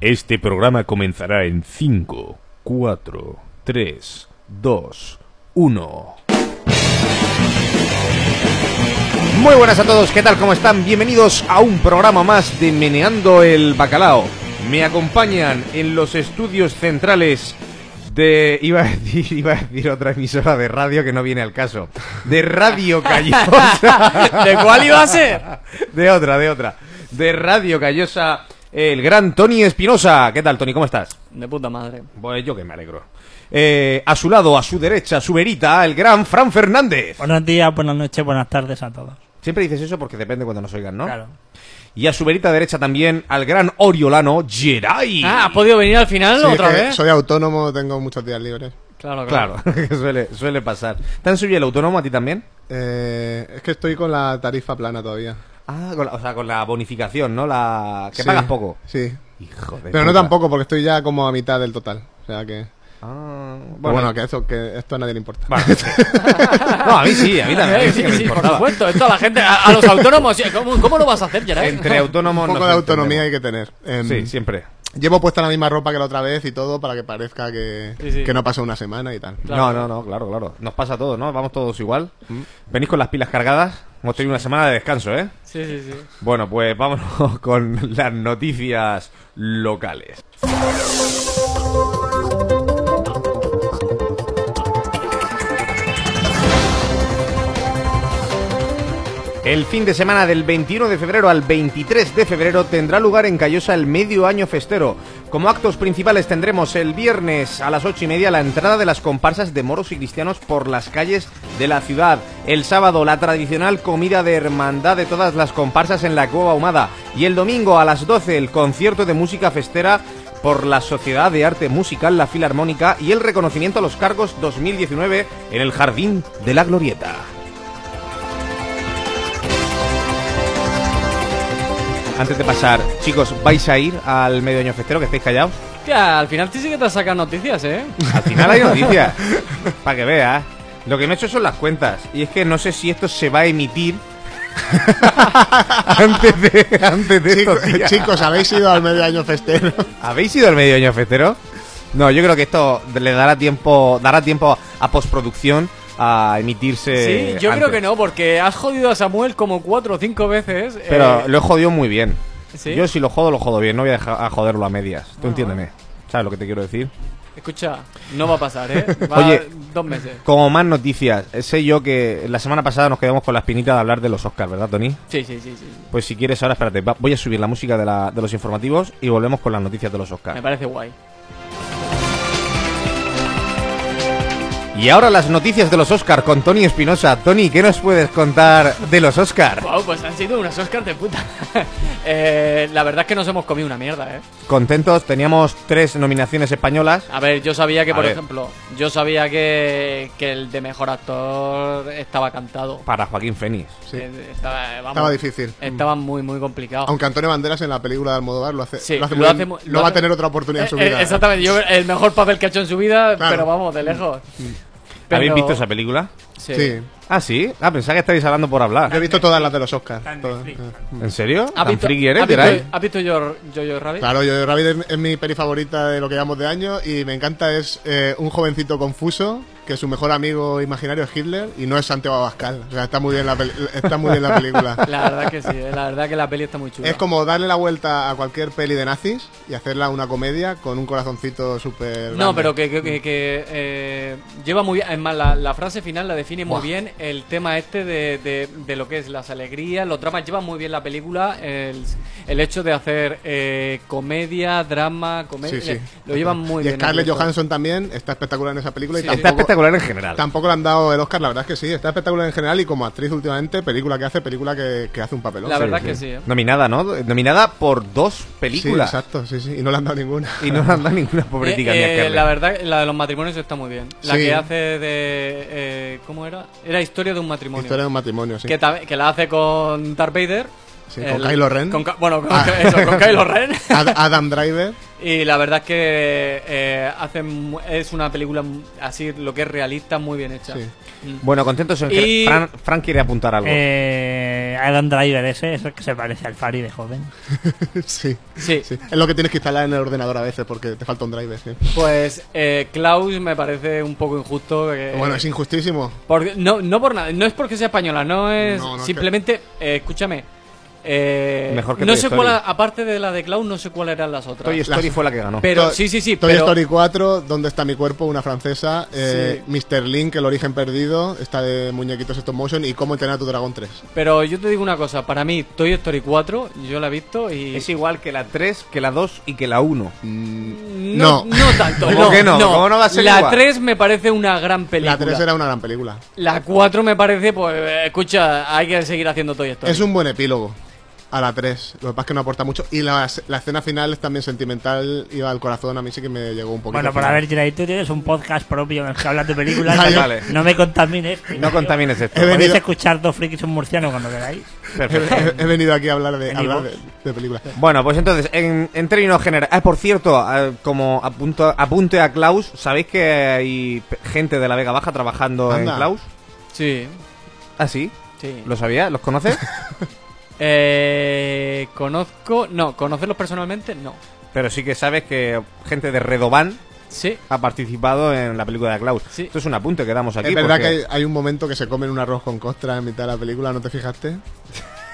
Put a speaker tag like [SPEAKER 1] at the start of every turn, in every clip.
[SPEAKER 1] Este programa comenzará en 5, 4, 3, 2, 1. Muy buenas a todos, ¿qué tal? ¿Cómo están? Bienvenidos a un programa más de Meneando el Bacalao. Me acompañan en los estudios centrales de... Iba a decir, iba a decir otra emisora de radio que no viene al caso. De Radio Callosa.
[SPEAKER 2] ¿De cuál iba a ser?
[SPEAKER 1] De otra, de otra. De Radio Callosa, el gran Tony Espinosa. ¿Qué tal, Tony? ¿Cómo estás?
[SPEAKER 2] De puta madre.
[SPEAKER 1] Pues yo que me alegro. Eh, a su lado, a su derecha, a su verita, el gran Fran Fernández.
[SPEAKER 3] Buenos días, buenas noches, buenas tardes a todos.
[SPEAKER 1] Siempre dices eso porque depende cuando nos oigan, ¿no?
[SPEAKER 3] Claro.
[SPEAKER 1] Y a su verita derecha también, al gran oriolano, Jerai.
[SPEAKER 2] Ah, ¿has podido venir al final
[SPEAKER 4] Sí,
[SPEAKER 2] otra
[SPEAKER 4] es que
[SPEAKER 2] vez?
[SPEAKER 4] Soy autónomo, tengo muchos días libres.
[SPEAKER 2] Claro, claro.
[SPEAKER 1] Claro, que suele, suele pasar. ¿Te han subido el autónomo a ti también?
[SPEAKER 4] Eh, es que estoy con la tarifa plana todavía.
[SPEAKER 1] Ah, con la- o sea, con la bonificación, ¿no? La que
[SPEAKER 4] Sí,
[SPEAKER 1] pagas poco.
[SPEAKER 4] Sí.
[SPEAKER 1] Hijo de
[SPEAKER 4] Pero no
[SPEAKER 1] puta.
[SPEAKER 4] tampoco, porque estoy ya como a mitad del total. O sea que.
[SPEAKER 1] Ah,
[SPEAKER 4] Bueno,
[SPEAKER 1] bueno,
[SPEAKER 4] que eso, que esto a nadie le importa.
[SPEAKER 1] no, a mí sí, a mí también. a mí sí que me
[SPEAKER 2] Ah, Sí, por
[SPEAKER 1] importaba.
[SPEAKER 2] supuesto. Esto a la gente, a, a los autónomos, sí, ¿cómo, ¿cómo lo vas a hacer, Gerard?
[SPEAKER 1] Entre autónomos
[SPEAKER 4] Un poco
[SPEAKER 1] nos
[SPEAKER 4] de autonomía hay
[SPEAKER 1] entendemos.
[SPEAKER 4] que tener. Em,
[SPEAKER 1] Sí, siempre.
[SPEAKER 4] Llevo puesta la misma ropa que la otra vez y todo para que parezca que,
[SPEAKER 2] Sí, sí.
[SPEAKER 4] que no pasó una semana y tal.
[SPEAKER 2] Claro.
[SPEAKER 1] No, no, no, claro, claro. Nos pasa a todos, ¿no? Vamos todos igual. Venís con las pilas cargadas. Hemos tenido una semana de descanso, ¿eh?
[SPEAKER 2] Sí, sí, sí.
[SPEAKER 1] Bueno, pues vámonos con las noticias locales. El fin de semana del 21 de febrero al 23 de febrero tendrá lugar en Callosa el medio año festero. Como actos principales tendremos el viernes a las 8 y media la entrada de las comparsas de moros y cristianos por las calles de la ciudad. El sábado la tradicional comida de hermandad de todas las comparsas en la Cueva Humada. Y el domingo a las 12 el concierto de música festera por la Sociedad de Arte Musical La Filarmónica y el reconocimiento a los cargos 2019 en el Jardín de la Glorieta. Antes de pasar, chicos, ¿vais a ir al medio año festero que estáis callados?
[SPEAKER 2] Tía, al final sí que te sacan noticias, ¿eh?
[SPEAKER 1] Al final hay noticias. Para que veas. Lo que no he hecho son las cuentas. Y es que no sé si esto se va a emitir antes de, antes de
[SPEAKER 4] Chicos,
[SPEAKER 1] estos días.
[SPEAKER 4] chicos, habéis ido al medio año festero.
[SPEAKER 1] ¿Habéis ido al medio año festero? No, yo creo que esto le dará tiempo, dará tiempo a postproducción a emitirse.
[SPEAKER 2] Ah, sí, yo
[SPEAKER 1] antes.
[SPEAKER 2] creo que no, porque has jodido a Samuel como cuatro o cinco veces. eh,
[SPEAKER 1] Pero lo he jodido muy bien.
[SPEAKER 2] ¿Sí? Ah.
[SPEAKER 1] Yo si lo jodo, lo jodo bien. No voy a dejar a joderlo a medias. Tú entiéndeme. ¿Sabes lo que te quiero decir?
[SPEAKER 2] Escucha, no va a pasar, ¿eh? Va
[SPEAKER 1] Oye.
[SPEAKER 2] dos meses.
[SPEAKER 1] Como más noticias, sé yo que la semana pasada nos quedamos con la espinita de hablar de los Oscars, ¿verdad, Tony?
[SPEAKER 2] Sí, sí, sí, sí. sí.
[SPEAKER 1] Pues si quieres, ahora espérate, va- voy a subir la música de, la- de los informativos y volvemos con las noticias de los Oscars.
[SPEAKER 2] Me parece guay.
[SPEAKER 1] Y ahora las noticias de los Oscars con Tony Espinosa. Tony, ¿qué nos puedes contar de los Oscars?
[SPEAKER 2] Wow, pues han sido unas Oscars de puta. Eh, la verdad es que nos hemos comido una mierda, ¿eh?
[SPEAKER 1] Contentos, teníamos tres nominaciones españolas.
[SPEAKER 2] A ver, yo sabía que,
[SPEAKER 1] A
[SPEAKER 2] por
[SPEAKER 1] ver.
[SPEAKER 2] ejemplo, yo sabía que, que el de mejor actor estaba cantado.
[SPEAKER 1] Para Joaquín Fénix.
[SPEAKER 4] Sí.
[SPEAKER 2] Eh, Estaba, vamos,
[SPEAKER 4] Estaba difícil.
[SPEAKER 2] Estaba muy, muy complicado.
[SPEAKER 4] Aunque Antonio Banderas en la película de Almodóvar lo hace,
[SPEAKER 2] Sí,
[SPEAKER 4] lo hace
[SPEAKER 2] lo
[SPEAKER 4] muy
[SPEAKER 2] hace
[SPEAKER 4] bien.
[SPEAKER 2] mu- lo
[SPEAKER 4] No va a
[SPEAKER 2] hace-
[SPEAKER 4] tener otra oportunidad en su
[SPEAKER 2] Eh, eh,
[SPEAKER 4] vida.
[SPEAKER 2] exactamente, yo- el mejor papel que ha hecho en su vida,
[SPEAKER 4] Claro. Mm.
[SPEAKER 2] pero vamos, de lejos.
[SPEAKER 1] ¿Habéis
[SPEAKER 2] Pero-
[SPEAKER 1] visto esa película?
[SPEAKER 2] Sí.
[SPEAKER 4] Sí.
[SPEAKER 1] Ah, sí. Ah, pensaba que estabais hablando por
[SPEAKER 4] Yo he
[SPEAKER 1] hablar.
[SPEAKER 4] visto todas las de los Oscars.
[SPEAKER 3] Tan
[SPEAKER 4] todas. Ah.
[SPEAKER 3] Netflix.
[SPEAKER 1] ¿En serio?
[SPEAKER 2] ¿Has
[SPEAKER 1] ¿Tan
[SPEAKER 2] visto,
[SPEAKER 1] friki
[SPEAKER 2] has
[SPEAKER 1] eres,
[SPEAKER 2] visto-
[SPEAKER 1] Geray?
[SPEAKER 2] has visto Yo- Jojo Rabbit?
[SPEAKER 4] Claro, yo Rabbit es, es mi peli favorita de lo que llevamos de año y me encanta es eh, un jovencito confuso que su mejor amigo imaginario es Hitler y no es Santiago Abascal. O sea, está muy bien la, peli- está muy bien la película.
[SPEAKER 2] La verdad que sí, eh, la verdad que la peli está muy chula.
[SPEAKER 4] es como darle la vuelta a cualquier peli de nazis y hacerla una comedia con un corazoncito súper...
[SPEAKER 2] No,
[SPEAKER 4] grande.
[SPEAKER 2] pero que, que- que- que, eh, lleva muy bien. Es más, la, la frase final la define muy bien el tema este de, de- de lo que es las alegrías, los dramas. Lleva muy bien la película el, el hecho de hacer eh, comedia, drama, comedia.
[SPEAKER 4] Sí, sí.
[SPEAKER 2] Lo llevan muy
[SPEAKER 4] y
[SPEAKER 2] bien.
[SPEAKER 4] Scarlett
[SPEAKER 2] ellos.
[SPEAKER 4] Johansson también está espectacular en esa película
[SPEAKER 2] Sí.
[SPEAKER 4] y
[SPEAKER 1] Está
[SPEAKER 4] tampoco,
[SPEAKER 1] espectacular en general.
[SPEAKER 4] tampoco le han dado el Oscar, la verdad es que sí, está espectacular en general y como actriz últimamente, película que hace, película que, que hace un papelón.
[SPEAKER 2] La verdad que sí. eh.
[SPEAKER 1] Nominada, ¿no? Nominada por dos
[SPEAKER 4] Sí,
[SPEAKER 1] películas.
[SPEAKER 4] exacto, sí, sí, y no le han dado ninguna.
[SPEAKER 1] Y no le han dado ninguna pobre tica
[SPEAKER 2] Eh,
[SPEAKER 1] ni a
[SPEAKER 2] eh,
[SPEAKER 1] Kerry.
[SPEAKER 2] la verdad, la de los matrimonios está muy bien. La
[SPEAKER 4] Sí.
[SPEAKER 2] que hace de. eh, ¿Cómo era? Era historia de un matrimonio.
[SPEAKER 4] Historia de un matrimonio, sí.
[SPEAKER 2] que, tam- que la hace con Darth Vader.
[SPEAKER 4] Sí, con Kylo Ren.
[SPEAKER 2] con Ka- bueno, con,
[SPEAKER 4] Ah.
[SPEAKER 2] eso, con Kylo Ren.
[SPEAKER 4] Ad- Adam Driver.
[SPEAKER 2] Y la verdad es que eh, hacen, mu- es una película mu- así, lo que es realista, muy bien hecha.
[SPEAKER 4] Sí.
[SPEAKER 2] Mm.
[SPEAKER 1] Bueno, contentos en
[SPEAKER 2] Y-
[SPEAKER 1] que Fran, Fran quiere apuntar algo.
[SPEAKER 3] Eh, Adam Driver ese es el que se parece al Fari de joven.
[SPEAKER 4] sí,
[SPEAKER 2] Sí.
[SPEAKER 4] sí. Es lo que tienes que instalar en el ordenador a veces porque te falta un driver. sí.
[SPEAKER 2] Pues eh, Klaus me parece un poco injusto. eh,
[SPEAKER 4] Bueno, es injustísimo.
[SPEAKER 2] Porque- no, no por nada, no es porque sea española, no es
[SPEAKER 4] No, no,
[SPEAKER 2] simplemente, eh, escúchame, eh,
[SPEAKER 1] Mejor que
[SPEAKER 2] no
[SPEAKER 1] Toy
[SPEAKER 2] sé
[SPEAKER 1] Story.
[SPEAKER 2] cuál, aparte de la de Klaus, no sé cuáles eran las otras.
[SPEAKER 1] Toy Story fue la que ganó.
[SPEAKER 2] pero
[SPEAKER 4] To-
[SPEAKER 2] sí, sí, sí,
[SPEAKER 4] Toy
[SPEAKER 2] pero
[SPEAKER 4] Story 4, ¿Dónde está mi cuerpo? Una francesa. eh, Mr. Link, El origen perdido. Está de muñequitos stop motion. Y Cómo entrenar a tu dragón 3.
[SPEAKER 2] pero yo te digo una cosa, para mí Toy Story 4 yo la he visto y
[SPEAKER 1] Es igual que la 3, que la 2 y que la 1.
[SPEAKER 2] no
[SPEAKER 4] no.
[SPEAKER 2] tanto,
[SPEAKER 1] ¿Cómo
[SPEAKER 2] no,
[SPEAKER 1] que no? ¿Cómo no va a ser
[SPEAKER 2] La
[SPEAKER 1] igual?
[SPEAKER 2] 3 me parece una gran película.
[SPEAKER 4] La 3 era una gran película.
[SPEAKER 2] La 4 me parece pues eh, escucha, hay que seguir haciendo Toy Story.
[SPEAKER 4] Es un buen epílogo a la 3. Lo que pasa es que no aporta mucho. Y la, la escena final es también sentimental. Iba al corazón. A mí sí que me llegó un poquito.
[SPEAKER 3] Bueno,
[SPEAKER 4] al
[SPEAKER 3] para
[SPEAKER 4] final.
[SPEAKER 3] ver, Geray, tú tienes un podcast propio en el que hablas de películas.
[SPEAKER 4] Vale.
[SPEAKER 3] no- No me contamines. tío.
[SPEAKER 1] No contamines esto.
[SPEAKER 4] He
[SPEAKER 3] Podéis
[SPEAKER 4] venido-
[SPEAKER 3] escuchar dos frikis un murciano cuando queráis.
[SPEAKER 1] Perfecto.
[SPEAKER 4] He, he venido aquí a hablar de,
[SPEAKER 3] En
[SPEAKER 4] hablar de,
[SPEAKER 3] iVoox.
[SPEAKER 4] de películas.
[SPEAKER 1] eh, Bueno, pues entonces, en, en términos generales. Ah, por cierto, ah, como apunto, apunte a Klaus, ¿sabéis que hay pe- gente de la Vega Baja trabajando
[SPEAKER 4] Anda.
[SPEAKER 1] en Klaus?
[SPEAKER 2] Sí,
[SPEAKER 1] ¿Ah, sí?
[SPEAKER 2] sí.
[SPEAKER 1] ¿Lo sabía? ¿Los conoces?
[SPEAKER 2] Eh, conozco, no, conocerlos personalmente no.
[SPEAKER 1] Pero sí que sabes que gente de Redoban
[SPEAKER 2] Sí.
[SPEAKER 1] ha participado en la película de Klaus.
[SPEAKER 2] Sí.
[SPEAKER 1] Esto es un apunte que damos aquí.
[SPEAKER 4] Es verdad
[SPEAKER 1] porque-
[SPEAKER 4] que hay, hay un momento que se comen un arroz con costra en mitad de la película. ¿No te fijaste?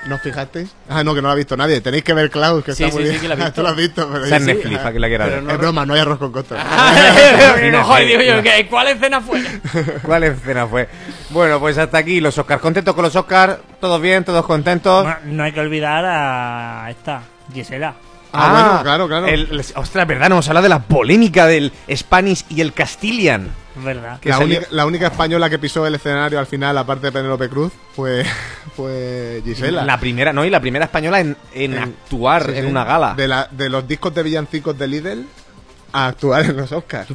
[SPEAKER 4] ¿No os fijasteis? Ah, no, que no lo ha visto nadie. Tenéis que ver Klaus, que
[SPEAKER 2] Sí,
[SPEAKER 4] está
[SPEAKER 2] sí,
[SPEAKER 4] muy
[SPEAKER 2] sí
[SPEAKER 4] bien.
[SPEAKER 2] que la he visto.
[SPEAKER 4] Tú lo has visto. Pero
[SPEAKER 1] Está en
[SPEAKER 4] sí.
[SPEAKER 1] Netflix, para que la quiera
[SPEAKER 2] Pero
[SPEAKER 1] ver.
[SPEAKER 2] no-
[SPEAKER 4] Es broma, no hay arroz con
[SPEAKER 2] Ah,
[SPEAKER 4] costra.
[SPEAKER 2] no, joder, digo yo, ¿qué? ¿cuál escena fue?
[SPEAKER 1] ¿Cuál escena fue? Bueno, pues hasta aquí los Oscars. Contentos con los Oscars. Todos bien, todos contentos.
[SPEAKER 3] Bueno, no hay que olvidar a esta, Gisela.
[SPEAKER 4] Ah, bueno, claro, claro.
[SPEAKER 1] el- el- ostras, verdad, no hemos hablado de la polémica del Spanish y el Castilian.
[SPEAKER 3] Es verdad.
[SPEAKER 1] que
[SPEAKER 4] La
[SPEAKER 1] salió-
[SPEAKER 4] única, la única española que pisó el escenario al final, aparte de Penélope Cruz, fue, fue Gisela.
[SPEAKER 1] La primera, no, y la primera española en, en
[SPEAKER 4] En-
[SPEAKER 1] actuar
[SPEAKER 4] Eh, Sí,
[SPEAKER 1] en
[SPEAKER 4] sí.
[SPEAKER 1] una gala.
[SPEAKER 4] De, la- de los discos de villancicos de Lidl a actuar en los Oscars.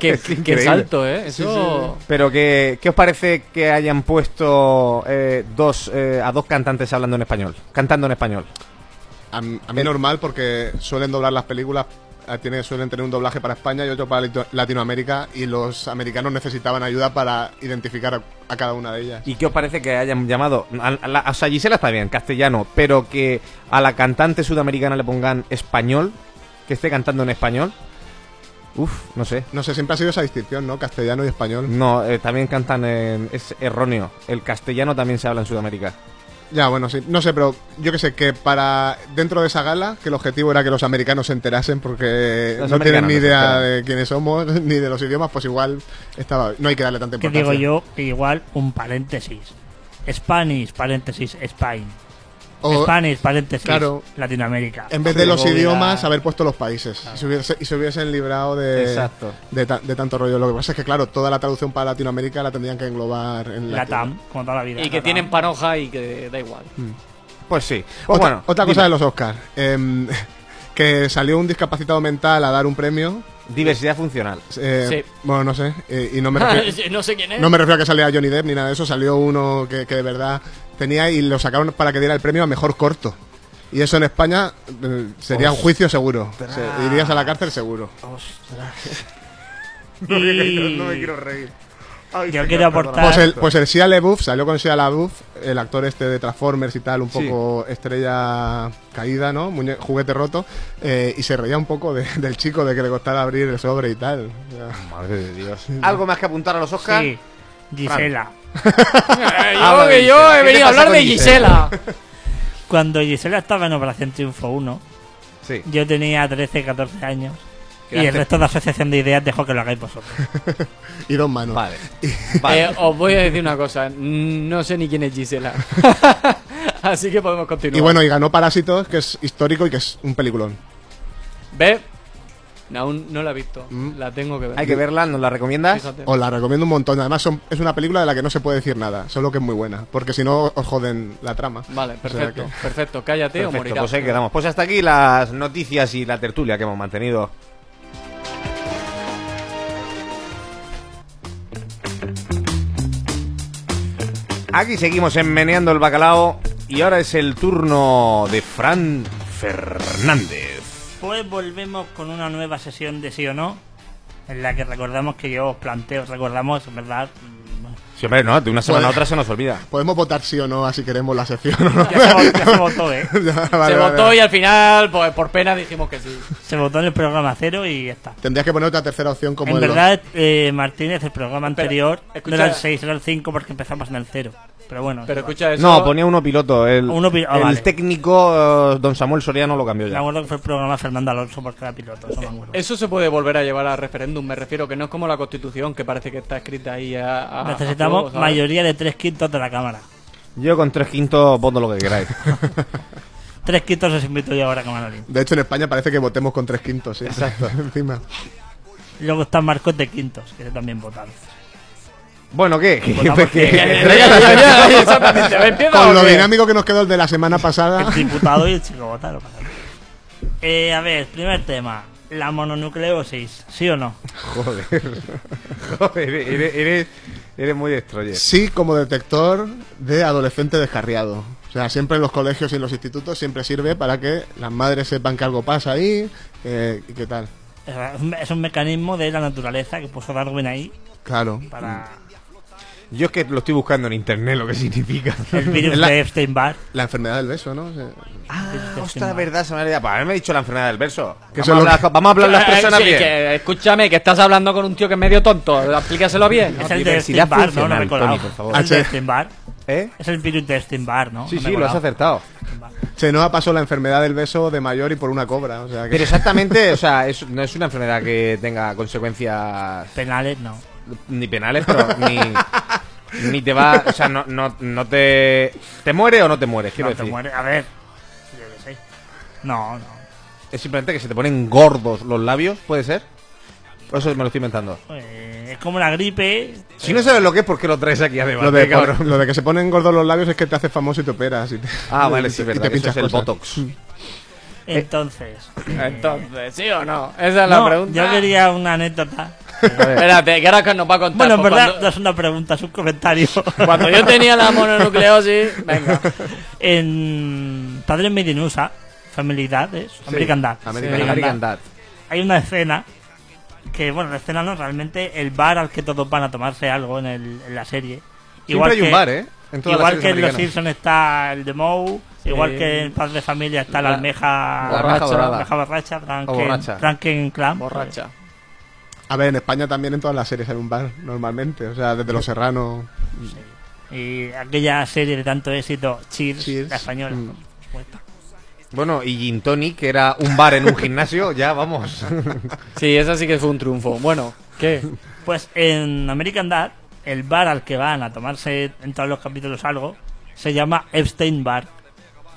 [SPEAKER 2] Qué,
[SPEAKER 1] Es increíble.
[SPEAKER 2] qué salto, ¿eh? Eso...
[SPEAKER 1] Pero ¿qué, qué os parece que hayan puesto eh, dos eh, a dos cantantes hablando en español? Cantando en español.
[SPEAKER 4] A, m- a mí normal porque suelen doblar las películas, eh, tiene- suelen tener un doblaje para España y otro para Lito- Latinoamérica y los americanos necesitaban ayuda para identificar a, a cada una de ellas.
[SPEAKER 1] ¿Y qué os parece que hayan llamado? A, a la- o sea, Gisela está bien, castellano, pero que a la cantante sudamericana le pongan español, que esté cantando en español. Uf, no sé.
[SPEAKER 4] No sé, siempre ha sido esa distinción, ¿no? Castellano y español.
[SPEAKER 1] No, eh, también cantan en... Es erróneo. El castellano también se habla en Sudamérica.
[SPEAKER 4] Ya, bueno, sí. No sé, pero yo que sé, que para dentro de esa gala, que el objetivo era que los americanos se enterasen porque
[SPEAKER 1] Los
[SPEAKER 4] no tienen
[SPEAKER 1] americanos
[SPEAKER 4] ni
[SPEAKER 1] se
[SPEAKER 4] idea
[SPEAKER 1] enteran.
[SPEAKER 4] de quiénes somos, ni de los idiomas, pues igual estaba... No hay que darle tanta
[SPEAKER 3] Que
[SPEAKER 4] importancia.
[SPEAKER 3] digo yo, que igual un paréntesis. Spanish, paréntesis, Spain.
[SPEAKER 4] O-
[SPEAKER 3] Spanish, paréntesis,
[SPEAKER 4] claro.
[SPEAKER 3] Latinoamérica.
[SPEAKER 4] En vez de los
[SPEAKER 3] Hubiera-
[SPEAKER 4] idiomas, haber puesto los países. Y, se hubiese- y se hubiesen librado de,
[SPEAKER 1] Exacto.
[SPEAKER 4] de, ta- de tanto rollo. Lo que pasa es que, claro, toda la traducción para Latinoamérica la tendrían que englobar en
[SPEAKER 3] La TAM, como toda la vida.
[SPEAKER 2] Y
[SPEAKER 3] la
[SPEAKER 2] que
[SPEAKER 3] TAM.
[SPEAKER 2] tienen panoja y que da igual.
[SPEAKER 1] Pues sí. Pues
[SPEAKER 4] Otra,
[SPEAKER 1] bueno,
[SPEAKER 4] otra
[SPEAKER 1] dime.
[SPEAKER 4] cosa de los Oscars. em, que salió un discapacitado mental a dar un premio.
[SPEAKER 1] Diversidad funcional.
[SPEAKER 4] eh,
[SPEAKER 2] Sí.
[SPEAKER 4] Bueno, no sé. eh, y no me refiero,
[SPEAKER 2] no sé quién es.
[SPEAKER 4] no me refiero a que saliera Johnny Depp ni nada de eso. Salió uno que, que de verdad tenía y lo sacaron para que diera el premio a mejor corto. Y eso en España eh, sería
[SPEAKER 1] Pues
[SPEAKER 4] un juicio seguro. Se- irías a la cárcel seguro.
[SPEAKER 3] Y- Yo quiero aportar.
[SPEAKER 4] Pues el, pues el Shia LaBeouf salió con Shia LaBeouf, el actor este de Transformers y tal, un
[SPEAKER 1] Sí.
[SPEAKER 4] poco estrella caída, ¿no? Muñe- juguete roto, eh, y se reía un poco de- del chico de que le costara abrir el sobre y tal.
[SPEAKER 1] Madre de Dios. ¿Algo más que apuntar a los Oscars?
[SPEAKER 3] Sí, Gisela.
[SPEAKER 2] Eh, yo,
[SPEAKER 1] Habla de
[SPEAKER 2] que yo
[SPEAKER 1] Gisela.
[SPEAKER 2] he
[SPEAKER 1] ¿Qué te
[SPEAKER 2] venido a
[SPEAKER 1] pasa
[SPEAKER 2] hablar
[SPEAKER 1] con
[SPEAKER 2] de Gisela.
[SPEAKER 3] Cuando Gisela estaba en Operación Triunfo 1,
[SPEAKER 1] Sí.
[SPEAKER 3] yo tenía 13, 14 años. Y el
[SPEAKER 1] Gracias.
[SPEAKER 3] resto de asociación de ideas dejo que lo hagáis vosotros.
[SPEAKER 4] Y dos manos.
[SPEAKER 1] Vale. Vale.
[SPEAKER 2] Eh, os voy a decir una cosa. No sé ni quién es Gisela. Así que podemos continuar.
[SPEAKER 4] Y bueno, y ganó Parásitos, que es histórico y que es un peliculón.
[SPEAKER 2] ¿Ve? No, aún no la he visto.
[SPEAKER 4] Mm.
[SPEAKER 2] La tengo que ver.
[SPEAKER 1] Hay que verla, ¿nos la recomiendas?
[SPEAKER 2] Fíjate.
[SPEAKER 4] Os la recomiendo un montón. Además, son- es una película de la que no se puede decir nada, solo que es muy buena, porque si no os joden la trama.
[SPEAKER 2] Vale,
[SPEAKER 4] O sea
[SPEAKER 2] perfecto. Perfecto, cállate o
[SPEAKER 1] Perfecto,
[SPEAKER 2] morirás.
[SPEAKER 1] pues ahí quedamos. Pues hasta aquí las noticias y la tertulia que hemos mantenido. Aquí seguimos enmeneando el bacalao y ahora es el turno de Fran Fernández.
[SPEAKER 3] Después Pues volvemos con una nueva sesión de sí o no, en la que recordamos que yo os planteo, recordamos, en verdad, mm,
[SPEAKER 1] Sí, hombre, no, de una semana a
[SPEAKER 4] Joder.
[SPEAKER 1] otra se nos olvida.
[SPEAKER 4] Podemos votar sí o no, así queremos la sección. o ¿no?
[SPEAKER 3] mm, ya se vo- ya se votó, ¿eh?
[SPEAKER 4] Ya,
[SPEAKER 2] Se
[SPEAKER 4] vale, vale,
[SPEAKER 2] votó
[SPEAKER 4] vale.
[SPEAKER 2] y al final, pues, por pena, dijimos que sí.
[SPEAKER 3] Se votó en el programa cero y ya está.
[SPEAKER 4] Tendrías que poner otra tercera opción como
[SPEAKER 3] en
[SPEAKER 4] el-
[SPEAKER 3] verdad, eh, Martínez, el programa
[SPEAKER 2] Espera,
[SPEAKER 3] anterior
[SPEAKER 2] escucha.
[SPEAKER 3] no era el 6, era el 5 porque empezamos en el 0. Pero bueno,
[SPEAKER 2] Pero
[SPEAKER 3] igual.
[SPEAKER 2] escucha eso.
[SPEAKER 1] No, ponía uno piloto. El,
[SPEAKER 3] Uno pi- ah,
[SPEAKER 1] el
[SPEAKER 3] vale.
[SPEAKER 1] técnico eh, don Samuel Soriano lo cambió
[SPEAKER 3] me
[SPEAKER 1] ya.
[SPEAKER 3] acuerdo que fue el programa Fernando Alonso porque era piloto, eso me acuerdo.
[SPEAKER 2] Eso se puede volver a llevar a referéndum, me refiero, que no es como la constitución que parece que está escrita ahí a. a- a
[SPEAKER 3] Necesitamos
[SPEAKER 2] fuego, ¿sabes?
[SPEAKER 3] mayoría de 3 quintos de la Cámara.
[SPEAKER 1] Yo con tres quintos voto lo que queráis.
[SPEAKER 3] 3 quintos os invito yo ahora a Manolín.
[SPEAKER 4] De hecho, en España parece que votemos con tres quintos. ¿sí? Exacto. Encima.
[SPEAKER 3] Luego están Marcos de quintos, que también votan.
[SPEAKER 1] bueno, ¿qué? Pues
[SPEAKER 3] Votamos
[SPEAKER 1] ¿Qué?
[SPEAKER 3] que-
[SPEAKER 2] Ya, ya, ya, ya, ya, ya, exactamente. ¿Me empieza o
[SPEAKER 4] Con lo
[SPEAKER 2] qué?
[SPEAKER 4] dinámico que nos quedó el de la semana
[SPEAKER 1] Ah.
[SPEAKER 4] pasada.
[SPEAKER 3] El diputado y el chico votaron. para mí. Eh, a ver, primer tema. La mononucleosis, ¿sí o no?
[SPEAKER 1] Joder. Joder, eres, eres, eres muy destroyer.
[SPEAKER 4] Sí, como detector de adolescente descarriado. O sea, siempre en los colegios y en los institutos siempre sirve para que las madres sepan que algo pasa ahí eh, y qué tal.
[SPEAKER 3] Es un- Es un mecanismo de la naturaleza que puso Darwin ahí
[SPEAKER 4] Claro.
[SPEAKER 3] para
[SPEAKER 1] Yo es que lo estoy buscando en internet lo que significa.
[SPEAKER 3] el virus
[SPEAKER 4] Es la-
[SPEAKER 3] de Epstein-Barr.
[SPEAKER 4] La enfermedad del beso, ¿no? O sea,
[SPEAKER 1] Ah,
[SPEAKER 3] Virus de
[SPEAKER 1] hostia,
[SPEAKER 3] Epstein-Barr.
[SPEAKER 1] verdad, se me ha olvidado. Pues a mí me ha dicho la enfermedad del verso.
[SPEAKER 4] Que
[SPEAKER 1] Vamos
[SPEAKER 4] eso
[SPEAKER 1] a,
[SPEAKER 4] es lo
[SPEAKER 1] hablar,
[SPEAKER 4] que-
[SPEAKER 1] vamos a hablar las
[SPEAKER 2] Eh,
[SPEAKER 1] personas
[SPEAKER 2] sí,
[SPEAKER 1] bien.
[SPEAKER 2] que- escúchame, que estás hablando con un tío que es medio tonto. Explícaselo bien.
[SPEAKER 3] Es el de
[SPEAKER 1] diversidad
[SPEAKER 3] Epstein-Barr, ¿no? No
[SPEAKER 1] funcional,
[SPEAKER 3] me he colado.
[SPEAKER 1] Tony, por favor.
[SPEAKER 3] Es el de
[SPEAKER 4] Ah, sí.
[SPEAKER 3] Epstein-Barr.
[SPEAKER 1] ¿Eh?
[SPEAKER 3] Es el virus de Epstein-Barr, ¿no?
[SPEAKER 1] Sí,
[SPEAKER 3] No me
[SPEAKER 1] sí,
[SPEAKER 3] he
[SPEAKER 1] lo has
[SPEAKER 3] colado.
[SPEAKER 1] acertado.
[SPEAKER 4] Chenoa pasó la enfermedad del beso de mayor y por una cobra. O sea, que...
[SPEAKER 1] Pero exactamente, o sea, es- no es una enfermedad que tenga consecuencias
[SPEAKER 3] Penales, no.
[SPEAKER 1] ni penales, pero ni, ni te va. O sea, no, no, no te. ¿Te muere o no te mueres? Quiero
[SPEAKER 3] No te
[SPEAKER 1] decir.
[SPEAKER 3] mueres. A ver. Yo qué sé. No, no.
[SPEAKER 1] Es simplemente que se te ponen gordos los labios, ¿puede ser? Por eso me lo estoy inventando.
[SPEAKER 3] Eh, es como la gripe.
[SPEAKER 1] Si no sabes lo que es, ¿por qué lo traes aquí a debate,
[SPEAKER 4] Lo de,
[SPEAKER 1] cabrón?
[SPEAKER 4] lo de que se ponen gordos los labios es que te haces famoso y te operas. y te-
[SPEAKER 1] Ah, vale,
[SPEAKER 4] y
[SPEAKER 1] sí,
[SPEAKER 4] te- y
[SPEAKER 1] verdad.
[SPEAKER 4] te
[SPEAKER 1] que eso es
[SPEAKER 4] pinchas
[SPEAKER 1] el
[SPEAKER 4] cosas.
[SPEAKER 1] Botox.
[SPEAKER 3] Mm. Entonces.
[SPEAKER 2] Entonces, ¿sí o no? Esa es la
[SPEAKER 3] No,
[SPEAKER 2] pregunta.
[SPEAKER 3] yo quería una anécdota.
[SPEAKER 1] A ver,
[SPEAKER 2] Espérate, que ahora que nos va a contar.
[SPEAKER 3] Bueno, en
[SPEAKER 2] pues,
[SPEAKER 3] verdad, no
[SPEAKER 2] cuando,
[SPEAKER 3] es una pregunta, es un comentario.
[SPEAKER 2] cuando yo tenía la mononucleosis. Venga.
[SPEAKER 3] en Padre Medinusa, Family Dad, ¿es? American Dad.
[SPEAKER 4] American
[SPEAKER 1] American
[SPEAKER 3] American
[SPEAKER 1] Dad.
[SPEAKER 3] Hay una escena que, bueno, la escena no, realmente el bar al que todos van a tomarse algo en, el- en la serie.
[SPEAKER 1] Siempre hay
[SPEAKER 3] que-
[SPEAKER 1] un bar, ¿eh? En todas las series
[SPEAKER 3] Igual que en Los
[SPEAKER 1] americanas.
[SPEAKER 3] Simpsons está el de Moe, igual que en Padre de Familia está la,
[SPEAKER 2] La-
[SPEAKER 3] almeja
[SPEAKER 1] la raja dorada.
[SPEAKER 3] almeja borracha,
[SPEAKER 1] O borracha.
[SPEAKER 3] Franken, Franken Clan.
[SPEAKER 2] Borracha.
[SPEAKER 4] A ver, en España también en todas las series hay un bar, normalmente. O sea, desde Los Serranos.
[SPEAKER 3] Y aquella serie de tanto éxito, Cheers,
[SPEAKER 4] Cheers.
[SPEAKER 3] la española.
[SPEAKER 4] Mm.
[SPEAKER 3] por supuesto.
[SPEAKER 1] Bueno, y Gin Tonic, que era un bar en un gimnasio, ya vamos.
[SPEAKER 2] Sí, esa sí que fue un triunfo. Bueno, ¿qué?
[SPEAKER 3] Pues en American Dad, el bar al que van a tomarse en todos los capítulos algo, se llama Epstein Bar,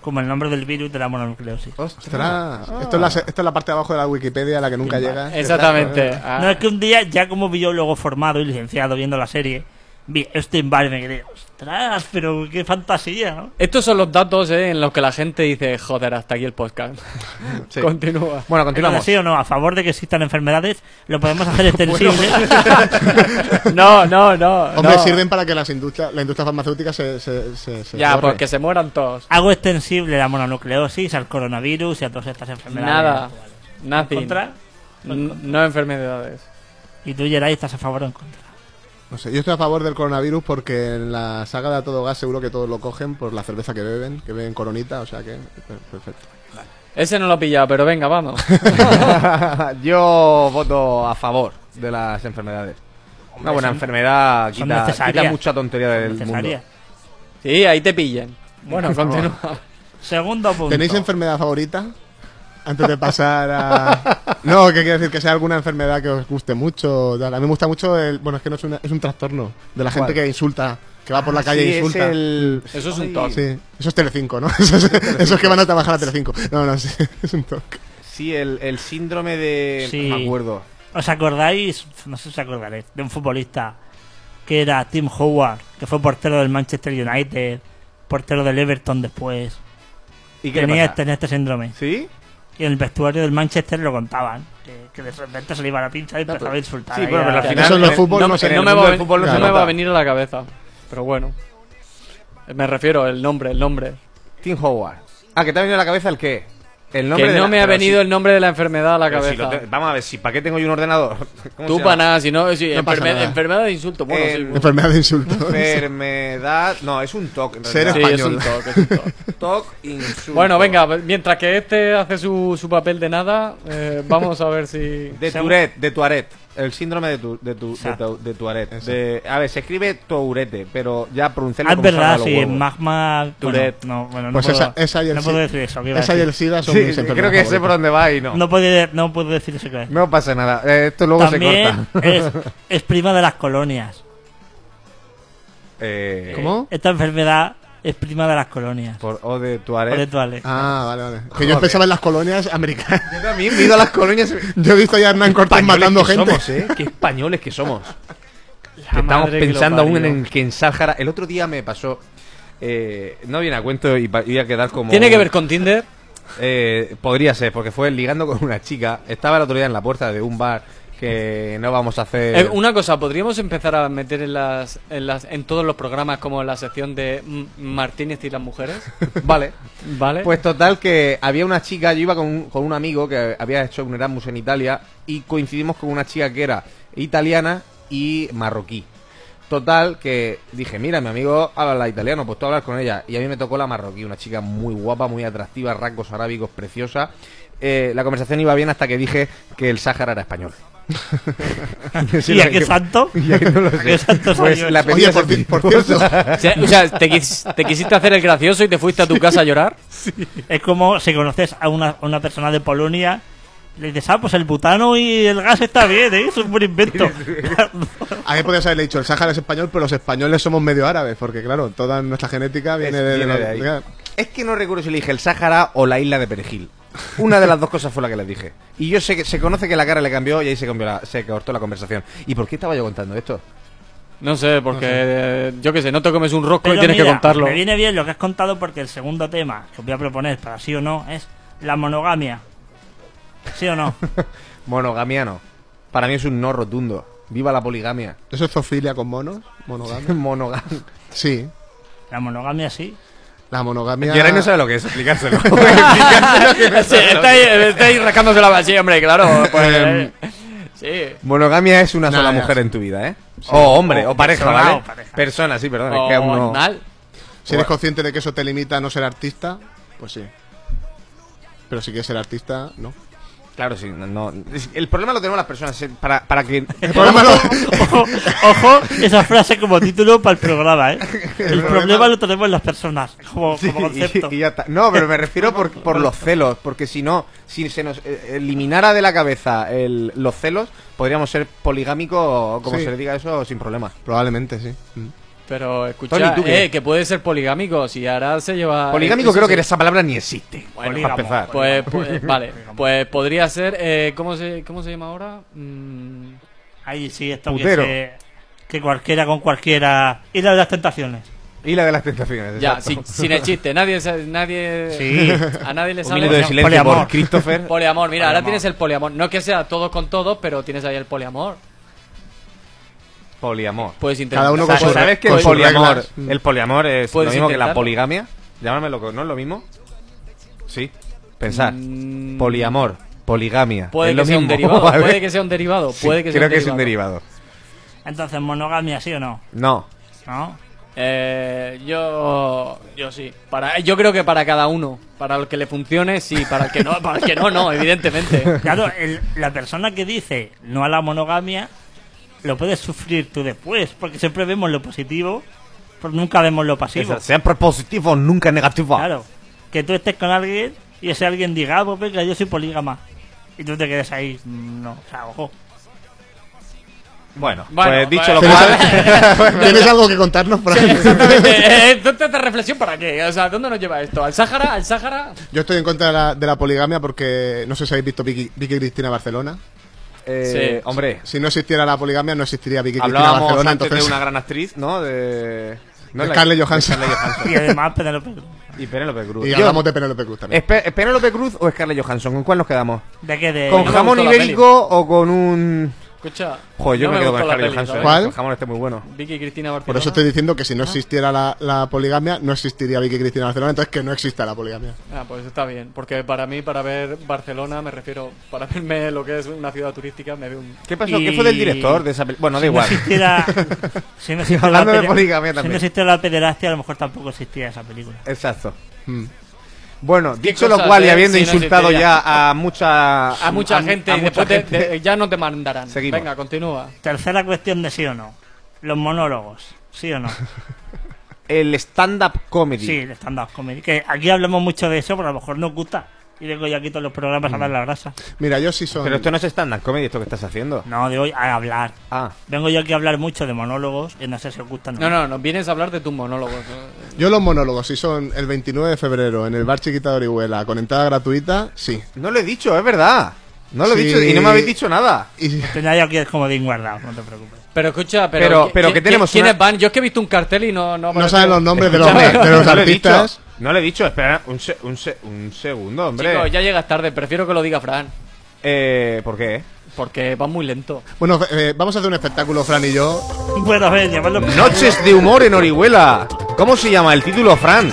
[SPEAKER 3] como el nombre del virus de la mononucleosis.
[SPEAKER 4] ¡Ostras! Esto es la, se- esta es la parte de abajo de la Wikipedia a la que nunca llega.
[SPEAKER 2] Exactamente. Ah,
[SPEAKER 3] No es que un día, ya como biólogo formado y licenciado viendo la serie, vi Epstein Bar y me quedé, ostras, pero qué fantasía, ¿no?
[SPEAKER 2] Estos son los datos eh, en los que la gente dice, joder, hasta aquí el podcast.
[SPEAKER 1] Sí.
[SPEAKER 2] Continúa.
[SPEAKER 1] Bueno,
[SPEAKER 3] Entonces,
[SPEAKER 1] continuamos.
[SPEAKER 3] sí o no, a favor de que existan enfermedades, lo podemos hacer extensible.
[SPEAKER 2] No, no, no.
[SPEAKER 4] Hombre,
[SPEAKER 2] no.
[SPEAKER 4] sirven para que las industria, la industria farmacéutica se. se, se- se
[SPEAKER 2] Ya,
[SPEAKER 4] borre.
[SPEAKER 2] porque se mueran todos.
[SPEAKER 3] Hago extensible la mononucleosis al coronavirus y a todas estas enfermedades.
[SPEAKER 2] Nada.
[SPEAKER 3] actuales.
[SPEAKER 2] Nothing.
[SPEAKER 3] ¿Contra?
[SPEAKER 2] N- No enfermedades.
[SPEAKER 3] Y tú, Geray, estás a favor o en contra.
[SPEAKER 4] No sé, yo estoy a favor del coronavirus porque en la saga de A Todo Gas seguro que todos lo cogen por la cerveza que beben, que beben coronita, o sea que. per- Perfecto.
[SPEAKER 2] Ese no lo he pillado, pero venga, vamos.
[SPEAKER 1] Yo voto a favor de las enfermedades. Una buena
[SPEAKER 3] son-
[SPEAKER 1] enfermedad
[SPEAKER 3] son
[SPEAKER 1] quita,
[SPEAKER 3] necesarias.
[SPEAKER 1] quita mucha tontería del mundo.
[SPEAKER 3] Necesaria.
[SPEAKER 2] Sí, ahí te pillen. Bueno, continúa.
[SPEAKER 3] Segundo punto.
[SPEAKER 4] ¿Tenéis enfermedad favorita? Antes de pasar a. No, que quiero decir que sea alguna enfermedad que os guste mucho. tal. A mí me gusta mucho el. Bueno, es que no es, una- es un trastorno de la
[SPEAKER 1] ¿Cuál?
[SPEAKER 4] gente que insulta, que va por la
[SPEAKER 1] Ah,
[SPEAKER 4] calle
[SPEAKER 1] sí,
[SPEAKER 4] e
[SPEAKER 1] es
[SPEAKER 4] insulta.
[SPEAKER 1] el-
[SPEAKER 2] Eso es un
[SPEAKER 1] Ay,
[SPEAKER 2] toque.
[SPEAKER 4] Sí, eso es Telecinco, ¿no? Esos esos que van a trabajar a Telecinco. No, no, sí, es un toque.
[SPEAKER 1] Sí, el, el síndrome de...
[SPEAKER 3] Sí.
[SPEAKER 1] No me acuerdo.
[SPEAKER 3] ¿Os acordáis? No sé si os acordaréis. De un futbolista que era Tim Howard, que fue portero del Manchester United, portero del Everton después.
[SPEAKER 1] ¿Y qué le
[SPEAKER 3] Tenía,
[SPEAKER 1] pasa?
[SPEAKER 3] tenía este síndrome.
[SPEAKER 1] ¿Sí?
[SPEAKER 3] Y en el vestuario del Manchester lo contaban. Que, que de repente se le iba la pinza y
[SPEAKER 1] No,
[SPEAKER 3] empezaba
[SPEAKER 1] pero-
[SPEAKER 3] a insultar.
[SPEAKER 1] sí,
[SPEAKER 3] ahí
[SPEAKER 1] bueno,
[SPEAKER 3] a-
[SPEAKER 1] pero al
[SPEAKER 3] a-
[SPEAKER 1] final...
[SPEAKER 4] Eso en el
[SPEAKER 1] eh,
[SPEAKER 4] fútbol no se-
[SPEAKER 1] en
[SPEAKER 2] no
[SPEAKER 1] el
[SPEAKER 2] me,
[SPEAKER 1] mundo
[SPEAKER 2] va,
[SPEAKER 1] del fútbol no
[SPEAKER 2] no
[SPEAKER 1] se
[SPEAKER 2] me
[SPEAKER 1] nota.
[SPEAKER 2] va a venir a la cabeza. Pero bueno. Me refiero, el nombre, el nombre.
[SPEAKER 1] Tim Howard. Ah, que te ha venido a la cabeza el qué. El nombre
[SPEAKER 2] Que
[SPEAKER 1] de
[SPEAKER 2] no
[SPEAKER 1] la-
[SPEAKER 2] me ha
[SPEAKER 1] pero si-
[SPEAKER 2] venido el nombre de la enfermedad a la
[SPEAKER 1] pero si
[SPEAKER 2] cabeza.
[SPEAKER 1] lo te- Vamos a ver, si ¿para qué tengo yo un ordenador? ¿Cómo
[SPEAKER 2] Tú
[SPEAKER 1] se llama?
[SPEAKER 2] para nada, si no, sí,
[SPEAKER 4] No pasa
[SPEAKER 2] enferme-
[SPEAKER 4] nada.
[SPEAKER 2] enfermedad de insulto. Bueno,
[SPEAKER 1] Eh,
[SPEAKER 2] sí, bueno.
[SPEAKER 4] Enfermedad de insultos.
[SPEAKER 1] Enfermedad. No, es un TOC. en
[SPEAKER 4] Ser
[SPEAKER 1] realidad.
[SPEAKER 2] Sí, es un
[SPEAKER 4] español.
[SPEAKER 2] toc, es un toc.
[SPEAKER 1] TOC insulto.
[SPEAKER 2] Bueno, venga, mientras que este hace su, su papel de nada, eh, vamos a ver si...
[SPEAKER 1] De Tourette, de Tourette. El síndrome de, tu, de, tu, de, tu- de Tourette. De- a ver, se escribe Tourette, pero ya pronunciarlo
[SPEAKER 3] Ah, es
[SPEAKER 1] como salga
[SPEAKER 3] verdad,
[SPEAKER 1] los
[SPEAKER 3] sí,
[SPEAKER 1] huevos.
[SPEAKER 3] magma.
[SPEAKER 1] Tourette.
[SPEAKER 3] Bueno, no, bueno, no
[SPEAKER 4] Pues
[SPEAKER 3] puedo,
[SPEAKER 4] esa, esa y el
[SPEAKER 3] no
[SPEAKER 4] SIDA.
[SPEAKER 3] puedo decir eso. ¿qué iba a
[SPEAKER 4] Esa y
[SPEAKER 3] decir?
[SPEAKER 4] el SIDA son
[SPEAKER 1] Sí,
[SPEAKER 4] mis
[SPEAKER 1] creo
[SPEAKER 4] enfermedades
[SPEAKER 1] que sé por
[SPEAKER 4] favoritas.
[SPEAKER 1] dónde va y no. No,
[SPEAKER 3] No, puedo, no puedo decir eso que es.
[SPEAKER 1] pasa nada. Eh, Esto luego se
[SPEAKER 3] También
[SPEAKER 1] corta.
[SPEAKER 3] es, es prima de las colonias.
[SPEAKER 1] Eh,
[SPEAKER 4] ¿Cómo?
[SPEAKER 3] Esta enfermedad es prima de las colonias.
[SPEAKER 1] Por, o de
[SPEAKER 3] Por
[SPEAKER 1] Tourette.
[SPEAKER 3] esto, Alex.
[SPEAKER 4] Ah, vale, vale. Que yo pensaba en las colonias americanas.
[SPEAKER 1] Yo también me he ido a las colonias.
[SPEAKER 4] Yo he visto ya a Hernán Cortés
[SPEAKER 1] españoles
[SPEAKER 4] matando
[SPEAKER 1] que
[SPEAKER 4] gente.
[SPEAKER 1] Somos, ¿eh? Qué españoles que somos. Que
[SPEAKER 2] La
[SPEAKER 1] estamos
[SPEAKER 2] madre que lo
[SPEAKER 1] pensando aún en
[SPEAKER 2] parió.
[SPEAKER 1] el que en Sáhara. El otro día me pasó. eh, no viene a cuento y pa- iba a quedar como.
[SPEAKER 2] ¿Tiene que ver con Tinder?
[SPEAKER 1] Eh, podría ser, porque fue ligando con una chica. Estaba el otro día en la puerta de un bar que no vamos a hacer.
[SPEAKER 2] Eh, una cosa, podríamos empezar a meter en las, en las en todos los programas como la sección de mm, Martínez y las mujeres,
[SPEAKER 1] Vale.
[SPEAKER 2] ¿vale?
[SPEAKER 1] Pues total que había una chica, yo iba con un, con un amigo que había hecho un Erasmus en Italia y coincidimos con una chica que era italiana y marroquí. Total que dije, mira, mi amigo habla italiano, pues tú hablas con ella. Y a mí me tocó la marroquí, una chica muy guapa, muy atractiva, rasgos arábicos, preciosa. Eh, la conversación iba bien hasta que dije que el Sáhara era español. Sí,
[SPEAKER 3] ¿Y
[SPEAKER 1] lo
[SPEAKER 3] a qué
[SPEAKER 1] que-
[SPEAKER 3] santo?
[SPEAKER 1] Y ahí no lo sé.
[SPEAKER 3] qué santo soy
[SPEAKER 1] Pues
[SPEAKER 3] yo?
[SPEAKER 1] la
[SPEAKER 4] Oye,
[SPEAKER 1] pedida
[SPEAKER 4] por,
[SPEAKER 1] se-
[SPEAKER 4] ci- por cierto,
[SPEAKER 2] O sea, o sea, te, quis- te quisiste hacer el gracioso y te fuiste a tu casa a llorar.
[SPEAKER 3] Es como si conoces a una, a una persona de Polonia, le dices, ah, pues el butano y el gas está bien, ¿eh? es un buen invento.
[SPEAKER 4] a mí podrías haberle dicho, el Sáhara es español, pero los españoles somos medio árabes, porque claro, toda nuestra genética
[SPEAKER 1] Es-
[SPEAKER 4] viene, de,
[SPEAKER 1] viene
[SPEAKER 4] de-
[SPEAKER 1] de ahí.
[SPEAKER 4] de-
[SPEAKER 1] Es que no recuerdo si le dije el Sáhara o la isla de Perejil. Una de las dos cosas fue la que le dije. Y yo sé que se conoce que la cara le cambió y ahí se, cambió la- se cortó la conversación. ¿Y por qué estaba yo contando esto?
[SPEAKER 2] No sé, porque eh, yo qué sé, no te comes un rosco y
[SPEAKER 3] Pero
[SPEAKER 2] tienes que
[SPEAKER 3] mira,
[SPEAKER 2] contarlo.
[SPEAKER 3] Me viene bien lo que has contado porque el segundo tema que os voy a proponer para sí o no es la monogamia. ¿Sí o no?
[SPEAKER 1] Monogamia no. Para mí es un no rotundo. Viva la poligamia.
[SPEAKER 4] ¿Eso es zoofilia con monos? ¿Monogamia?
[SPEAKER 1] Monogamia.
[SPEAKER 4] Sí.
[SPEAKER 3] La monogamia sí.
[SPEAKER 4] La monogamia...
[SPEAKER 1] Y ahora no sabe lo que es, explícárselo.
[SPEAKER 2] Sí, está, ahí, está ahí rascándose la vacía, hombre, claro. pues,
[SPEAKER 4] Em,
[SPEAKER 2] sí.
[SPEAKER 1] Monogamia es una
[SPEAKER 4] Nah,
[SPEAKER 1] sola
[SPEAKER 4] nah,
[SPEAKER 1] mujer
[SPEAKER 4] sí. Oh,
[SPEAKER 1] en tu vida, ¿eh? O hombre, o,
[SPEAKER 3] O
[SPEAKER 1] pareja,
[SPEAKER 3] persona,
[SPEAKER 1] ¿vale?
[SPEAKER 3] o pareja.
[SPEAKER 1] Persona, sí, perdón. es que aún no-
[SPEAKER 2] O anal.
[SPEAKER 4] Si eres consciente de que eso te limita a no ser artista, pues sí. Pero si quieres ser artista, no.
[SPEAKER 1] Claro, sí. no- no. Es- El problema lo tenemos las personas. eh, Para, para que
[SPEAKER 4] El problema lo-
[SPEAKER 3] Ojo, ojo, esa frase como título para el programa, ¿eh? El problema lo tenemos las personas, como,
[SPEAKER 1] Sí,
[SPEAKER 3] como concepto.
[SPEAKER 1] y, y ya está. No, pero me refiero por, por los celos, porque si no, si se nos eh, eliminara de la cabeza el- los celos, podríamos ser poligámicos, como
[SPEAKER 4] Sí.
[SPEAKER 1] se le diga eso, sin problema.
[SPEAKER 4] Probablemente sí. Mm.
[SPEAKER 2] Pero escucha,
[SPEAKER 1] Tony, ¿tú qué?
[SPEAKER 2] eh, que puede ser poligámico. Si ahora se lleva.
[SPEAKER 1] Poligámico
[SPEAKER 2] eso
[SPEAKER 1] creo
[SPEAKER 2] se-
[SPEAKER 1] que esa palabra ni existe.
[SPEAKER 3] Bueno,
[SPEAKER 1] para
[SPEAKER 3] digamos,
[SPEAKER 1] empezar.
[SPEAKER 2] Pues, pues, vale, pues podría ser. eh, ¿cómo, se, ¿Cómo se llama ahora? Mm,
[SPEAKER 3] Ahí sí, esto
[SPEAKER 1] Putero.
[SPEAKER 3] que, se- que cualquiera con cualquiera. Y la de las tentaciones.
[SPEAKER 1] y la de las tentaciones.
[SPEAKER 2] ya,
[SPEAKER 1] exacto.
[SPEAKER 2] sin, sin el chiste. Nadie. sa- nadie
[SPEAKER 3] Sí.
[SPEAKER 2] A nadie le
[SPEAKER 1] Un minuto
[SPEAKER 2] sale.
[SPEAKER 1] de silencio
[SPEAKER 3] Poliamor.
[SPEAKER 1] por Christopher.
[SPEAKER 2] Poliamor, mira, ahora
[SPEAKER 3] Poliamor.
[SPEAKER 2] tienes el poliamor. No que sea todos con todos, pero tienes ahí el poliamor.
[SPEAKER 1] Poliamor.
[SPEAKER 2] Puedes intentar.
[SPEAKER 4] Cada uno con
[SPEAKER 1] ¿Sabes,
[SPEAKER 4] su
[SPEAKER 2] Pues, ¿Sabes? Mm.
[SPEAKER 4] re-
[SPEAKER 1] sabes que
[SPEAKER 4] con
[SPEAKER 1] el
[SPEAKER 4] sus
[SPEAKER 1] poliamor,
[SPEAKER 4] reglas.
[SPEAKER 1] el poliamor es lo
[SPEAKER 2] Puedes
[SPEAKER 1] mismo que la
[SPEAKER 2] intentarlo.
[SPEAKER 1] poligamia? Llámame loco, ¿no es lo mismo? Sí. Pensar.
[SPEAKER 2] Mm.
[SPEAKER 1] Poliamor, poligamia.
[SPEAKER 2] Puede
[SPEAKER 1] es
[SPEAKER 2] que
[SPEAKER 1] lo
[SPEAKER 2] sea un
[SPEAKER 1] mismo,
[SPEAKER 2] derivado.
[SPEAKER 1] ¿vale?
[SPEAKER 2] Puede que sea un derivado.
[SPEAKER 1] Sí,
[SPEAKER 2] puede que sea
[SPEAKER 1] creo que es un derivado.
[SPEAKER 3] Entonces, monogamia, ¿sí o no?
[SPEAKER 1] No.
[SPEAKER 3] ¿No?
[SPEAKER 2] Eh, yo. Yo sí. Para, yo creo que para cada uno. Para el que le funcione, sí. Para el que no, para el que no, no, evidentemente.
[SPEAKER 3] Claro, el- la persona que dice no a la monogamia lo puedes sufrir tú después, porque siempre vemos lo positivo, pero nunca vemos lo pasivo.
[SPEAKER 1] Esa- Siempre positivo, nunca negativo.
[SPEAKER 3] Claro, que tú estés con alguien y ese alguien diga, "Ah, pues venga, yo soy polígama. Y tú te quedes ahí, mm, no, o sea, ojo.
[SPEAKER 1] Bueno,
[SPEAKER 2] Bueno,
[SPEAKER 1] pues dicho
[SPEAKER 2] bueno.
[SPEAKER 1] lo cual,
[SPEAKER 4] ¿Tienes algo que contarnos, Fran?
[SPEAKER 2] Exactamente. Eh, ¿Dónde esta reflexión para qué? O sea, ¿dónde nos lleva esto? ¿Al Sáhara? ¿Al Sáhara?
[SPEAKER 4] Yo estoy en contra de la, de la poligamia porque no sé si habéis visto Vicky, Vicky Cristina Barcelona.
[SPEAKER 1] eh,
[SPEAKER 2] Sí.
[SPEAKER 1] hombre,
[SPEAKER 4] Si no existiera la poligamia, no existiría Vicky Cristina
[SPEAKER 1] hablábamos
[SPEAKER 4] Barcelona.
[SPEAKER 1] antes
[SPEAKER 4] Entonces,
[SPEAKER 1] de una gran actriz, ¿no? De, no,
[SPEAKER 4] de
[SPEAKER 1] la-
[SPEAKER 4] Scarlett Johansson.
[SPEAKER 3] Y además, Penélope,
[SPEAKER 1] y Penélope Cruz.
[SPEAKER 4] y
[SPEAKER 1] Yo- eh,
[SPEAKER 4] hablamos de Penélope Cruz también.
[SPEAKER 1] ¿Es Pe- es Penélope Cruz o Scarlett Johansson? ¿Con cuál nos quedamos?
[SPEAKER 3] ¿de qué? De,
[SPEAKER 1] ¿Con
[SPEAKER 2] Eh, me
[SPEAKER 1] jamón
[SPEAKER 2] gustó la
[SPEAKER 1] ibérico o con un
[SPEAKER 2] Escucha.
[SPEAKER 1] Jo, yo
[SPEAKER 2] no
[SPEAKER 1] me, quedo con
[SPEAKER 2] gustó
[SPEAKER 1] el
[SPEAKER 2] la
[SPEAKER 1] Scarlett
[SPEAKER 2] peli,
[SPEAKER 1] Johansson.
[SPEAKER 2] ¿sabes?
[SPEAKER 4] ¿Cuál?
[SPEAKER 1] El jamón este muy bueno.
[SPEAKER 2] Vicky y Cristina Barcelona.
[SPEAKER 4] Por eso estoy diciendo que si no existiera la, la poligamia, no existiría Vicky Cristina Barcelona, entonces que no exista la poligamia.
[SPEAKER 2] Ah, pues está bien, porque para mí, para ver Barcelona, me refiero, para verme lo que es una ciudad turística, me veo un...
[SPEAKER 1] ¿Qué pasó?
[SPEAKER 3] Y-
[SPEAKER 1] ¿Qué fue del director de esa peli- Bueno, da
[SPEAKER 3] Si no
[SPEAKER 1] igual.
[SPEAKER 3] existiera- si no existiera
[SPEAKER 1] Hablando
[SPEAKER 3] la
[SPEAKER 1] de
[SPEAKER 3] pede-
[SPEAKER 1] poligamia
[SPEAKER 3] Si
[SPEAKER 1] también.
[SPEAKER 3] no existiera la pederastia, a lo mejor tampoco existía esa película.
[SPEAKER 1] Exacto.
[SPEAKER 4] Mm.
[SPEAKER 1] Bueno,
[SPEAKER 2] ¿Qué
[SPEAKER 1] dicho lo
[SPEAKER 2] cosas
[SPEAKER 1] cual y
[SPEAKER 2] de-
[SPEAKER 1] habiendo
[SPEAKER 2] si no
[SPEAKER 1] insultado
[SPEAKER 2] existiría?
[SPEAKER 1] ya a mucha
[SPEAKER 2] A mucha gente
[SPEAKER 1] a
[SPEAKER 2] y
[SPEAKER 1] mucha
[SPEAKER 2] después de-
[SPEAKER 1] gente.
[SPEAKER 2] de- ya nos demandarán.
[SPEAKER 1] Seguimos.
[SPEAKER 2] Venga, continúa.
[SPEAKER 3] Tercera cuestión de sí o no. Los monólogos, ¿sí o no?
[SPEAKER 1] el stand-up comedy.
[SPEAKER 3] Sí, el stand-up comedy. Que aquí hablamos mucho de eso, pero a lo mejor nos gusta. Y vengo yo aquí todos los programas a dar la grasa.
[SPEAKER 4] Mira, yo sí son.
[SPEAKER 1] Pero esto no es stand-up comedy, esto que estás haciendo.
[SPEAKER 3] No, de hoy a hablar.
[SPEAKER 1] Ah,
[SPEAKER 3] Vengo yo aquí a hablar mucho de monólogos y no sé si os gusta o no.
[SPEAKER 2] No, no, nos vienes a hablar de tus monólogos. ¿no?
[SPEAKER 4] Yo los monólogos, si son el 29 de febrero en el bar Chiquita de Orihuela con entrada gratuita, sí.
[SPEAKER 1] no lo he dicho, es verdad. No lo he
[SPEAKER 4] Sí.
[SPEAKER 1] dicho y no me habéis dicho nada.
[SPEAKER 4] Y
[SPEAKER 3] Tendrá yo Este aquí el comodín guardado, no te preocupes.
[SPEAKER 2] Pero escucha, pero...
[SPEAKER 1] Pero-
[SPEAKER 2] ¿qui-
[SPEAKER 1] pero
[SPEAKER 2] qui-
[SPEAKER 1] que tenemos
[SPEAKER 2] ¿Quiénes
[SPEAKER 1] una-
[SPEAKER 2] van? Yo es que he visto un cartel y no... No,
[SPEAKER 4] no
[SPEAKER 2] aparece-
[SPEAKER 4] saben los nombres de los,
[SPEAKER 1] Escúchame,
[SPEAKER 4] de los
[SPEAKER 1] no lo he dicho.
[SPEAKER 4] artistas.
[SPEAKER 1] No lo he dicho, espera un, se- un, se- un segundo, hombre.
[SPEAKER 2] Chicos, ya llegas tarde, prefiero que lo diga Fran,
[SPEAKER 1] Eh, ¿Por qué?
[SPEAKER 2] porque va muy lento.
[SPEAKER 4] Bueno, eh, vamos a hacer un espectáculo, Fran y yo.
[SPEAKER 3] Bueno, a ver, llamadlo.
[SPEAKER 1] Noches de humor en Orihuela. ¿Cómo se llama el título, Fran?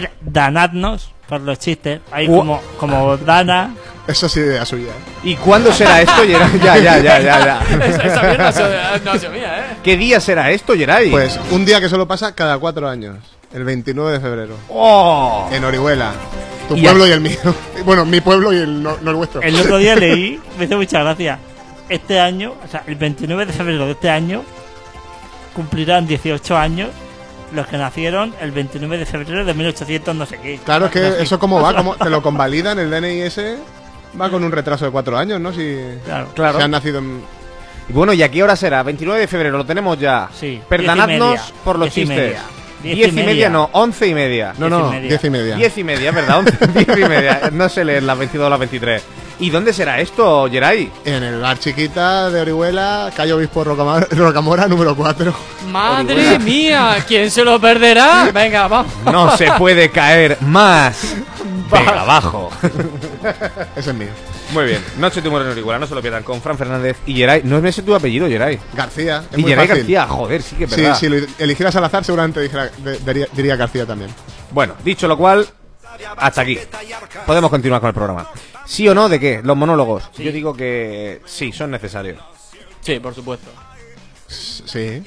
[SPEAKER 3] Perdonadnos por los chistes. Hay
[SPEAKER 1] Ua-
[SPEAKER 3] como, como Dana.
[SPEAKER 4] Eso sí, idea suya. ¿eh?
[SPEAKER 1] ¿Y cuándo será esto, Geray? Ya, ya, ya, ya, ya.
[SPEAKER 2] Esa esa mierda se- no se mía, ¿eh?
[SPEAKER 1] ¿Qué día será esto, Geray?
[SPEAKER 4] Pues un día que solo pasa cada cuatro años, el 29 de febrero,
[SPEAKER 1] ¡Oh!
[SPEAKER 4] en Orihuela. Tu
[SPEAKER 3] Y
[SPEAKER 4] pueblo
[SPEAKER 3] a-
[SPEAKER 4] y el mío. Bueno, mi pueblo y el, no, no el vuestro.
[SPEAKER 3] El otro día leí, me hizo mucha gracia. Este año, o sea, el 29 de febrero de este año, cumplirán 18 años los que nacieron el 29 de febrero de 1800 no sé qué.
[SPEAKER 4] Claro, es que eso como va, como te lo convalidan el DNIS, va con un retraso de cuatro años, ¿no? Si,
[SPEAKER 3] Claro.
[SPEAKER 1] Claro.
[SPEAKER 4] si han nacido en...
[SPEAKER 1] Y bueno, ¿y a qué hora será? 29 de febrero, lo tenemos ya.
[SPEAKER 3] Sí, diez y
[SPEAKER 1] Perdonadnos
[SPEAKER 3] media,
[SPEAKER 1] por los
[SPEAKER 3] diez y
[SPEAKER 1] chistes.
[SPEAKER 3] media, diez
[SPEAKER 1] 10
[SPEAKER 3] y
[SPEAKER 1] y, media,
[SPEAKER 3] media.
[SPEAKER 1] no, 11 y media.
[SPEAKER 4] No,
[SPEAKER 3] Diez y
[SPEAKER 4] no,
[SPEAKER 3] media.
[SPEAKER 4] diez y media.
[SPEAKER 1] 10 y media, ¿verdad? 11, 10 y media. No sé leer las 22 o las 23. ¿Y dónde será esto, Geray?
[SPEAKER 4] En el bar chiquita de Orihuela, calle Obispo Rocama- Rocamora, número 4.
[SPEAKER 2] ¡Madre mía! ¿Quién se lo perderá? Venga, vamos.
[SPEAKER 1] No se puede caer más. Venga, abajo.
[SPEAKER 4] Ese es mío.
[SPEAKER 1] Muy bien. Noche de humor en Orihuela, no se lo pierdan con Fran Fernández y Geray. No me sé tu apellido, Geray.
[SPEAKER 4] García. Es
[SPEAKER 1] Y
[SPEAKER 4] muy
[SPEAKER 1] Geray
[SPEAKER 4] fácil.
[SPEAKER 1] García, joder, sí que es
[SPEAKER 4] Sí,
[SPEAKER 1] verdad.
[SPEAKER 4] si lo eligieras al azar, seguramente dijera- de- diría, diría García también.
[SPEAKER 1] Bueno, dicho lo cual, hasta aquí. Podemos continuar con el programa. ¿Sí o no de qué? Los monólogos. Yo digo que sí, son necesarios.
[SPEAKER 2] Sí, por supuesto.
[SPEAKER 4] Sí.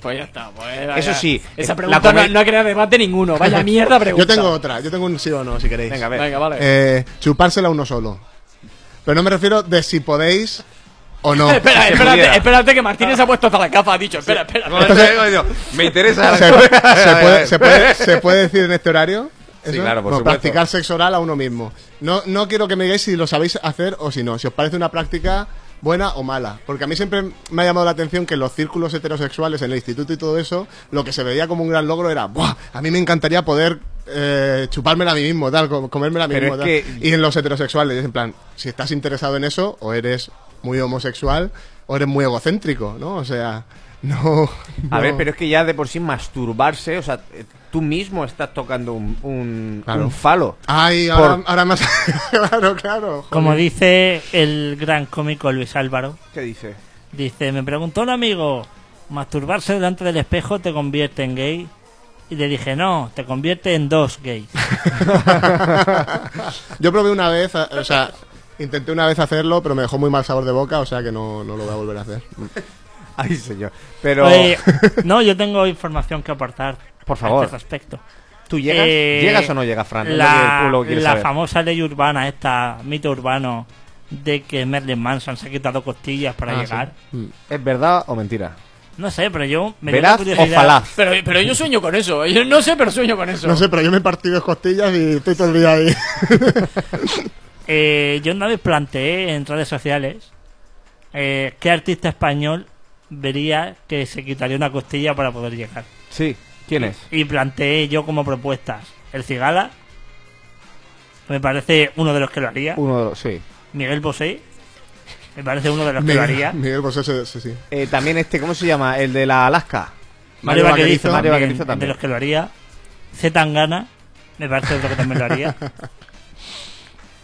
[SPEAKER 2] Pues ya está. Pues era-
[SPEAKER 1] Eso sí,
[SPEAKER 2] Esa
[SPEAKER 1] la
[SPEAKER 2] pregunta
[SPEAKER 1] comi-
[SPEAKER 2] no, no ha creado debate ninguno. Vaya mierda pregunta.
[SPEAKER 4] Yo tengo otra, yo tengo un sí o no, si queréis.
[SPEAKER 1] Venga, a ver.
[SPEAKER 2] Venga, vale.
[SPEAKER 4] Eh, chupársela uno solo. Pero no me refiero de si podéis o no.
[SPEAKER 2] Espera,
[SPEAKER 1] se
[SPEAKER 2] espérate,
[SPEAKER 1] pudiera.
[SPEAKER 2] espérate que Martínez ha puesto hasta la gafa. Ha dicho, espera, espera. espera.
[SPEAKER 1] Momento, digo yo, Me interesa.
[SPEAKER 4] ¿Se, puede, se, puede, se puede- se puede decir en este horario?
[SPEAKER 1] Sí,
[SPEAKER 4] ¿Eso?
[SPEAKER 1] claro, por
[SPEAKER 4] Como
[SPEAKER 1] supuesto.
[SPEAKER 4] Practicar sexo oral a uno mismo. No, no quiero que me digáis si lo sabéis hacer o si no. Si os parece una práctica buena o mala. Porque a mí siempre me ha llamado la atención que en los círculos heterosexuales, en el instituto y todo eso, lo que se veía como un gran logro era, ¡buah! A mí me encantaría poder eh, chupármela a mí mismo, tal, co- comérmela a mí
[SPEAKER 1] Pero
[SPEAKER 4] mismo,
[SPEAKER 1] es
[SPEAKER 4] tal.
[SPEAKER 1] que-
[SPEAKER 4] Y en los heterosexuales, es en plan, si estás interesado en eso, o eres muy homosexual, o eres muy egocéntrico, ¿no? O sea, no.
[SPEAKER 1] A
[SPEAKER 4] no.
[SPEAKER 1] ver, pero es que ya de por sí masturbarse, o sea, eh, tú mismo estás tocando un, un-
[SPEAKER 4] Claro.
[SPEAKER 1] un falo.
[SPEAKER 4] Ay,
[SPEAKER 1] Por-
[SPEAKER 4] ahora, ahora más. claro, claro.
[SPEAKER 1] Eh.
[SPEAKER 3] Como dice el gran cómico Luis Álvaro,
[SPEAKER 1] ¿Qué dice?
[SPEAKER 3] dice, me preguntó un amigo, ¿masturbarse delante del espejo te convierte en gay? Y le dije, no, te convierte en dos gays.
[SPEAKER 4] Yo probé una vez, a- o sea, intenté una vez hacerlo, pero me dejó muy mal sabor de boca, o sea que no, no lo voy a volver a hacer.
[SPEAKER 1] Ay, señor. Pero,
[SPEAKER 3] Oye, no, yo tengo información que aportar.
[SPEAKER 1] Por favor.
[SPEAKER 3] A este respecto.
[SPEAKER 1] ¿tú llegas?
[SPEAKER 3] Eh,
[SPEAKER 1] ¿Llegas o no llegas, Fran? Es lo que el
[SPEAKER 3] La,
[SPEAKER 1] pueblo quiere
[SPEAKER 3] la
[SPEAKER 1] saber.
[SPEAKER 3] famosa ley urbana, esta mito urbano de que Merlin Manson se ha quitado costillas para
[SPEAKER 4] Ah, sí.
[SPEAKER 3] llegar.
[SPEAKER 4] Mm.
[SPEAKER 1] ¿Es verdad o mentira?
[SPEAKER 3] No sé, pero yo me dio la
[SPEAKER 1] ¿Veraz o
[SPEAKER 3] curiosidad.
[SPEAKER 1] falaz?
[SPEAKER 2] Pero, pero yo sueño con eso. Yo no sé, pero sueño con eso.
[SPEAKER 4] No sé, pero yo me he partido las costillas y estoy todo el día ahí.
[SPEAKER 3] Eh, yo una vez planteé en redes sociales eh, qué artista español vería que se quitaría una costilla para poder llegar.
[SPEAKER 1] Sí. ¿Quién es?
[SPEAKER 3] Y planteé yo como propuestas el Cigala, me parece uno de los que lo haría.
[SPEAKER 1] Uno de los, sí.
[SPEAKER 3] Miguel Bosé, me parece uno de los que lo haría.
[SPEAKER 4] Miguel, Miguel pues ese, ese sí.
[SPEAKER 1] Eh, también este, ¿cómo se llama? El de la Alaska.
[SPEAKER 3] Mario Vaquerizo,
[SPEAKER 1] Mario
[SPEAKER 3] también,
[SPEAKER 1] Vaquerizo también.
[SPEAKER 3] de los que lo haría. Z Tangana, me parece otro que también lo haría.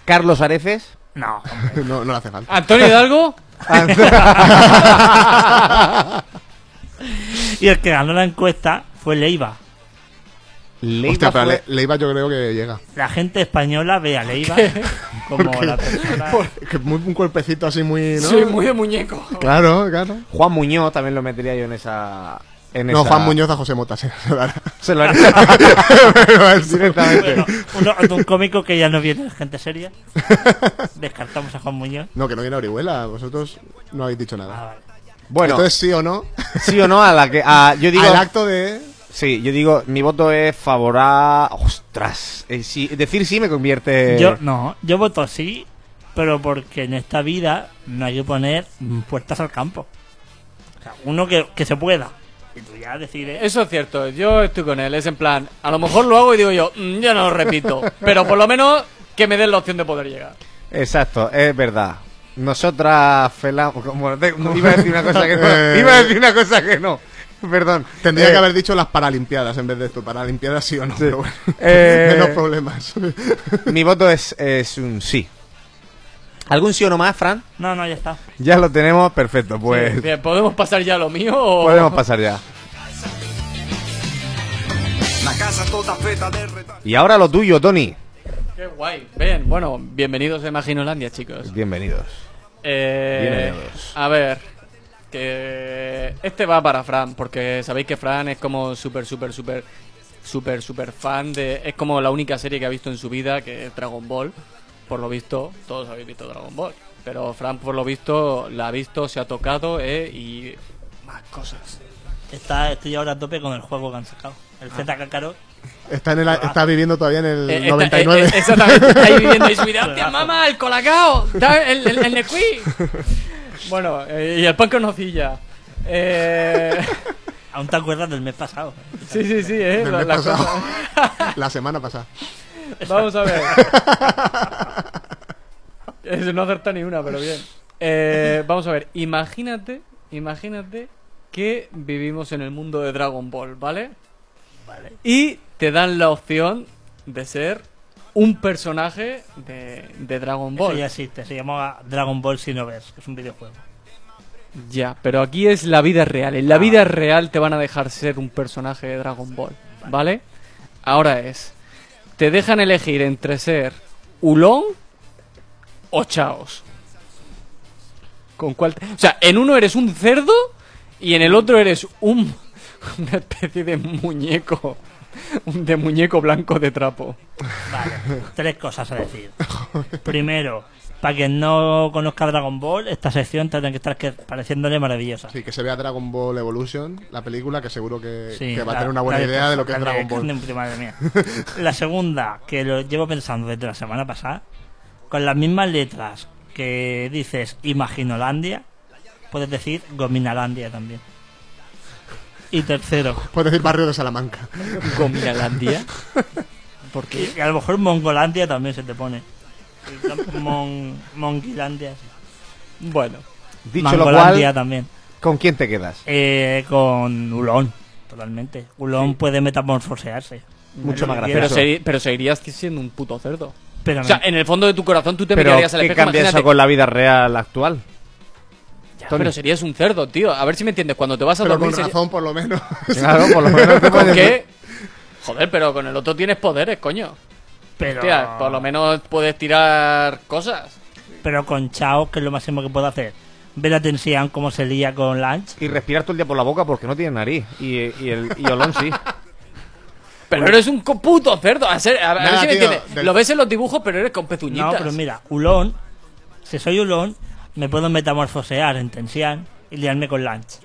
[SPEAKER 1] Carlos Areces.
[SPEAKER 3] No,
[SPEAKER 4] No, no le hace falta.
[SPEAKER 2] ¿Antonio Hidalgo?
[SPEAKER 3] Y el que ganó la encuesta fue Leiva.
[SPEAKER 1] Leiva
[SPEAKER 4] Hostia, pero
[SPEAKER 1] fue-
[SPEAKER 4] Le- Leiva yo creo que llega.
[SPEAKER 3] La gente española ve a Leiva como la persona.
[SPEAKER 4] Que muy- un cuerpecito así muy. ¿no?
[SPEAKER 2] Soy muy de muñeco.
[SPEAKER 4] Claro, claro.
[SPEAKER 1] Juan Muñoz también lo metería yo en esa. En
[SPEAKER 4] No,
[SPEAKER 1] esa-
[SPEAKER 4] Juan Muñoz a José Mota, sí.
[SPEAKER 1] Se lo
[SPEAKER 4] Pero es-
[SPEAKER 1] directamente.
[SPEAKER 3] Bueno, uno, de un cómico que ya no viene gente seria. Descartamos a Juan Muñoz.
[SPEAKER 4] No, que no viene Orihuela, vosotros no habéis dicho
[SPEAKER 3] Ah,
[SPEAKER 4] nada.
[SPEAKER 3] vale.
[SPEAKER 1] Bueno,
[SPEAKER 4] Entonces sí o no,
[SPEAKER 1] sí o no a la que. a- yo digo.
[SPEAKER 4] al acto de...
[SPEAKER 1] Sí, yo digo, mi voto es favorable. Ostras. eh, sí, decir sí me convierte.
[SPEAKER 3] Yo no, yo voto sí, pero porque en esta vida no hay que poner mm, puertas al campo. O sea, uno que, que se pueda. Y tú ya decides.
[SPEAKER 2] Eso es cierto, yo estoy con él, es en plan, a lo mejor lo hago y digo yo, "Mm, ya no lo repito, pero por lo menos que me den la opción de poder llegar.
[SPEAKER 1] Exacto, es verdad. Nosotras felamos. Bueno, te- iba a decir una cosa que no.
[SPEAKER 4] Eh.
[SPEAKER 1] Iba a decir una cosa que no. Perdón.
[SPEAKER 4] Tendría
[SPEAKER 1] Eh,
[SPEAKER 4] que haber dicho las Paralimpiadas en vez de esto. Paralimpiadas sí o no, pero bueno.
[SPEAKER 1] Eh.
[SPEAKER 4] Menos problemas.
[SPEAKER 1] Mi voto es, es un sí. ¿Algún sí o no más, Fran?
[SPEAKER 3] No, no, ya está.
[SPEAKER 1] Ya lo tenemos, perfecto. Pues
[SPEAKER 2] Bien, ¿podemos pasar ya a lo mío o...?
[SPEAKER 1] podemos pasar ya.
[SPEAKER 5] La casa toda feta de retaño.
[SPEAKER 1] Y ahora lo tuyo, Tony.
[SPEAKER 2] Qué guay, bien, bueno, bienvenidos a Imaginolandia, chicos.
[SPEAKER 1] Bienvenidos.
[SPEAKER 2] Eh,
[SPEAKER 1] Bienvenidos.
[SPEAKER 2] a ver, que este va para Fran, porque sabéis que Fran es como súper, súper, súper, súper, súper fan de... Es como la única serie que ha visto en su vida, que es Dragon Ball. Por lo visto, todos habéis visto Dragon Ball. Pero Fran, por lo visto, la ha visto, se ha tocado, eh, y... Más cosas.
[SPEAKER 3] Está, estoy ahora a tope con el juego que han sacado. El Z Kakarot.
[SPEAKER 4] Está, en el, está viviendo todavía en el
[SPEAKER 2] Eh, está-
[SPEAKER 4] 99.
[SPEAKER 2] eh, eh, exactamente, está ahí viviendo ahí su vida. ¡Hostia, mamá! ¡El colacao! da ¡El, el, el nequí! Bueno, eh, y el pan con nocilla. Eh...
[SPEAKER 3] Aún te acuerdas del mes pasado.
[SPEAKER 2] Sí, sí, sí, eh,
[SPEAKER 4] Del
[SPEAKER 2] la-
[SPEAKER 4] mes
[SPEAKER 2] la
[SPEAKER 4] pasado.
[SPEAKER 2] cosa.
[SPEAKER 4] La semana pasada.
[SPEAKER 2] Vamos a ver. Es- no acerta ni una, pero bien. Eh, vamos a ver, imagínate, imagínate que vivimos en el mundo de Dragon Ball, ¿vale? Vale. Y te dan la opción de ser un personaje de, de Dragon
[SPEAKER 3] Eso
[SPEAKER 2] Ball.
[SPEAKER 3] ya existe. Se llama Dragon Ball Xenoverse, que es un videojuego.
[SPEAKER 2] Ya, pero aquí es la vida real. En la vida real te van a dejar ser un personaje de Dragon Ball, ¿vale? Ahora es, te dejan elegir entre ser Ulón o Chaos. ¿Con cuál? te- O sea, en uno eres un cerdo y en el otro eres un una especie de muñeco, un de muñeco blanco de trapo.
[SPEAKER 3] Vale, tres cosas a decir. Primero, para quien no conozca Dragon Ball, esta sección tendrá que estar que- pareciéndole maravillosa.
[SPEAKER 4] Sí, que se vea Dragon Ball Evolution, la película, que seguro que,
[SPEAKER 3] Sí,
[SPEAKER 4] que va a
[SPEAKER 3] la-
[SPEAKER 4] tener una buena
[SPEAKER 3] la
[SPEAKER 4] idea de lo que es
[SPEAKER 3] la
[SPEAKER 4] Dragon Ball.
[SPEAKER 3] de- madre mía. La segunda, que lo llevo pensando desde la semana pasada, con las mismas letras que dices Imaginolandia, puedes decir Gominalandia también. Y tercero,
[SPEAKER 4] Puedes decir barrio de Salamanca.
[SPEAKER 2] Gominalandia.
[SPEAKER 3] que
[SPEAKER 2] Porque
[SPEAKER 3] a lo mejor Mongolandia también se te pone. Mon, Monguilandia, sí.
[SPEAKER 2] bueno,
[SPEAKER 1] Dicho lo
[SPEAKER 3] Mangolandia
[SPEAKER 1] cual,
[SPEAKER 3] también.
[SPEAKER 1] ¿con quién te quedas?
[SPEAKER 3] Eh, con Ulón, totalmente. Ulón puede metamorfosearse.
[SPEAKER 1] Mucho más
[SPEAKER 3] Pero
[SPEAKER 2] pero,
[SPEAKER 1] gracioso.
[SPEAKER 2] seri- pero seguirías siendo un puto cerdo.
[SPEAKER 3] Pero
[SPEAKER 2] O sea,
[SPEAKER 3] no-
[SPEAKER 2] en el fondo de tu corazón tú te
[SPEAKER 1] Pero,
[SPEAKER 2] mirarías al
[SPEAKER 1] ¿qué
[SPEAKER 2] espejo,
[SPEAKER 1] cambia eso
[SPEAKER 2] imagínate,
[SPEAKER 1] con la vida real actual?
[SPEAKER 2] "Ya,
[SPEAKER 1] Tony?"
[SPEAKER 2] pero serías un cerdo, tío. A ver si me entiendes, cuando te vas a
[SPEAKER 4] Pero
[SPEAKER 2] dormir...
[SPEAKER 4] con
[SPEAKER 2] sería-
[SPEAKER 4] razón, por lo menos.
[SPEAKER 1] Claro, por lo menos te
[SPEAKER 2] ¿Con
[SPEAKER 1] puedes-
[SPEAKER 2] qué? Joder, pero con el otro tienes poderes, coño.
[SPEAKER 3] pero,
[SPEAKER 2] Hostia, por lo menos puedes tirar cosas.
[SPEAKER 3] pero con Chao, que es lo máximo que puedo hacer. Ver a Tensian cómo se lía con Lunch.
[SPEAKER 1] Y respirar todo el día por la boca porque no tiene nariz. Y, y, el, y Olón sí.
[SPEAKER 2] Pero eres un co- puto cerdo. A, ser- a- a
[SPEAKER 4] Nada,
[SPEAKER 2] ver si me
[SPEAKER 4] tío,
[SPEAKER 2] entiendes.
[SPEAKER 4] del-
[SPEAKER 2] Lo ves en los dibujos, pero eres con
[SPEAKER 3] No,
[SPEAKER 2] pezuñitas.
[SPEAKER 3] pero mira, Ulón, si soy Ulón, me puedo metamorfosear en Tensian y liarme con Lunch.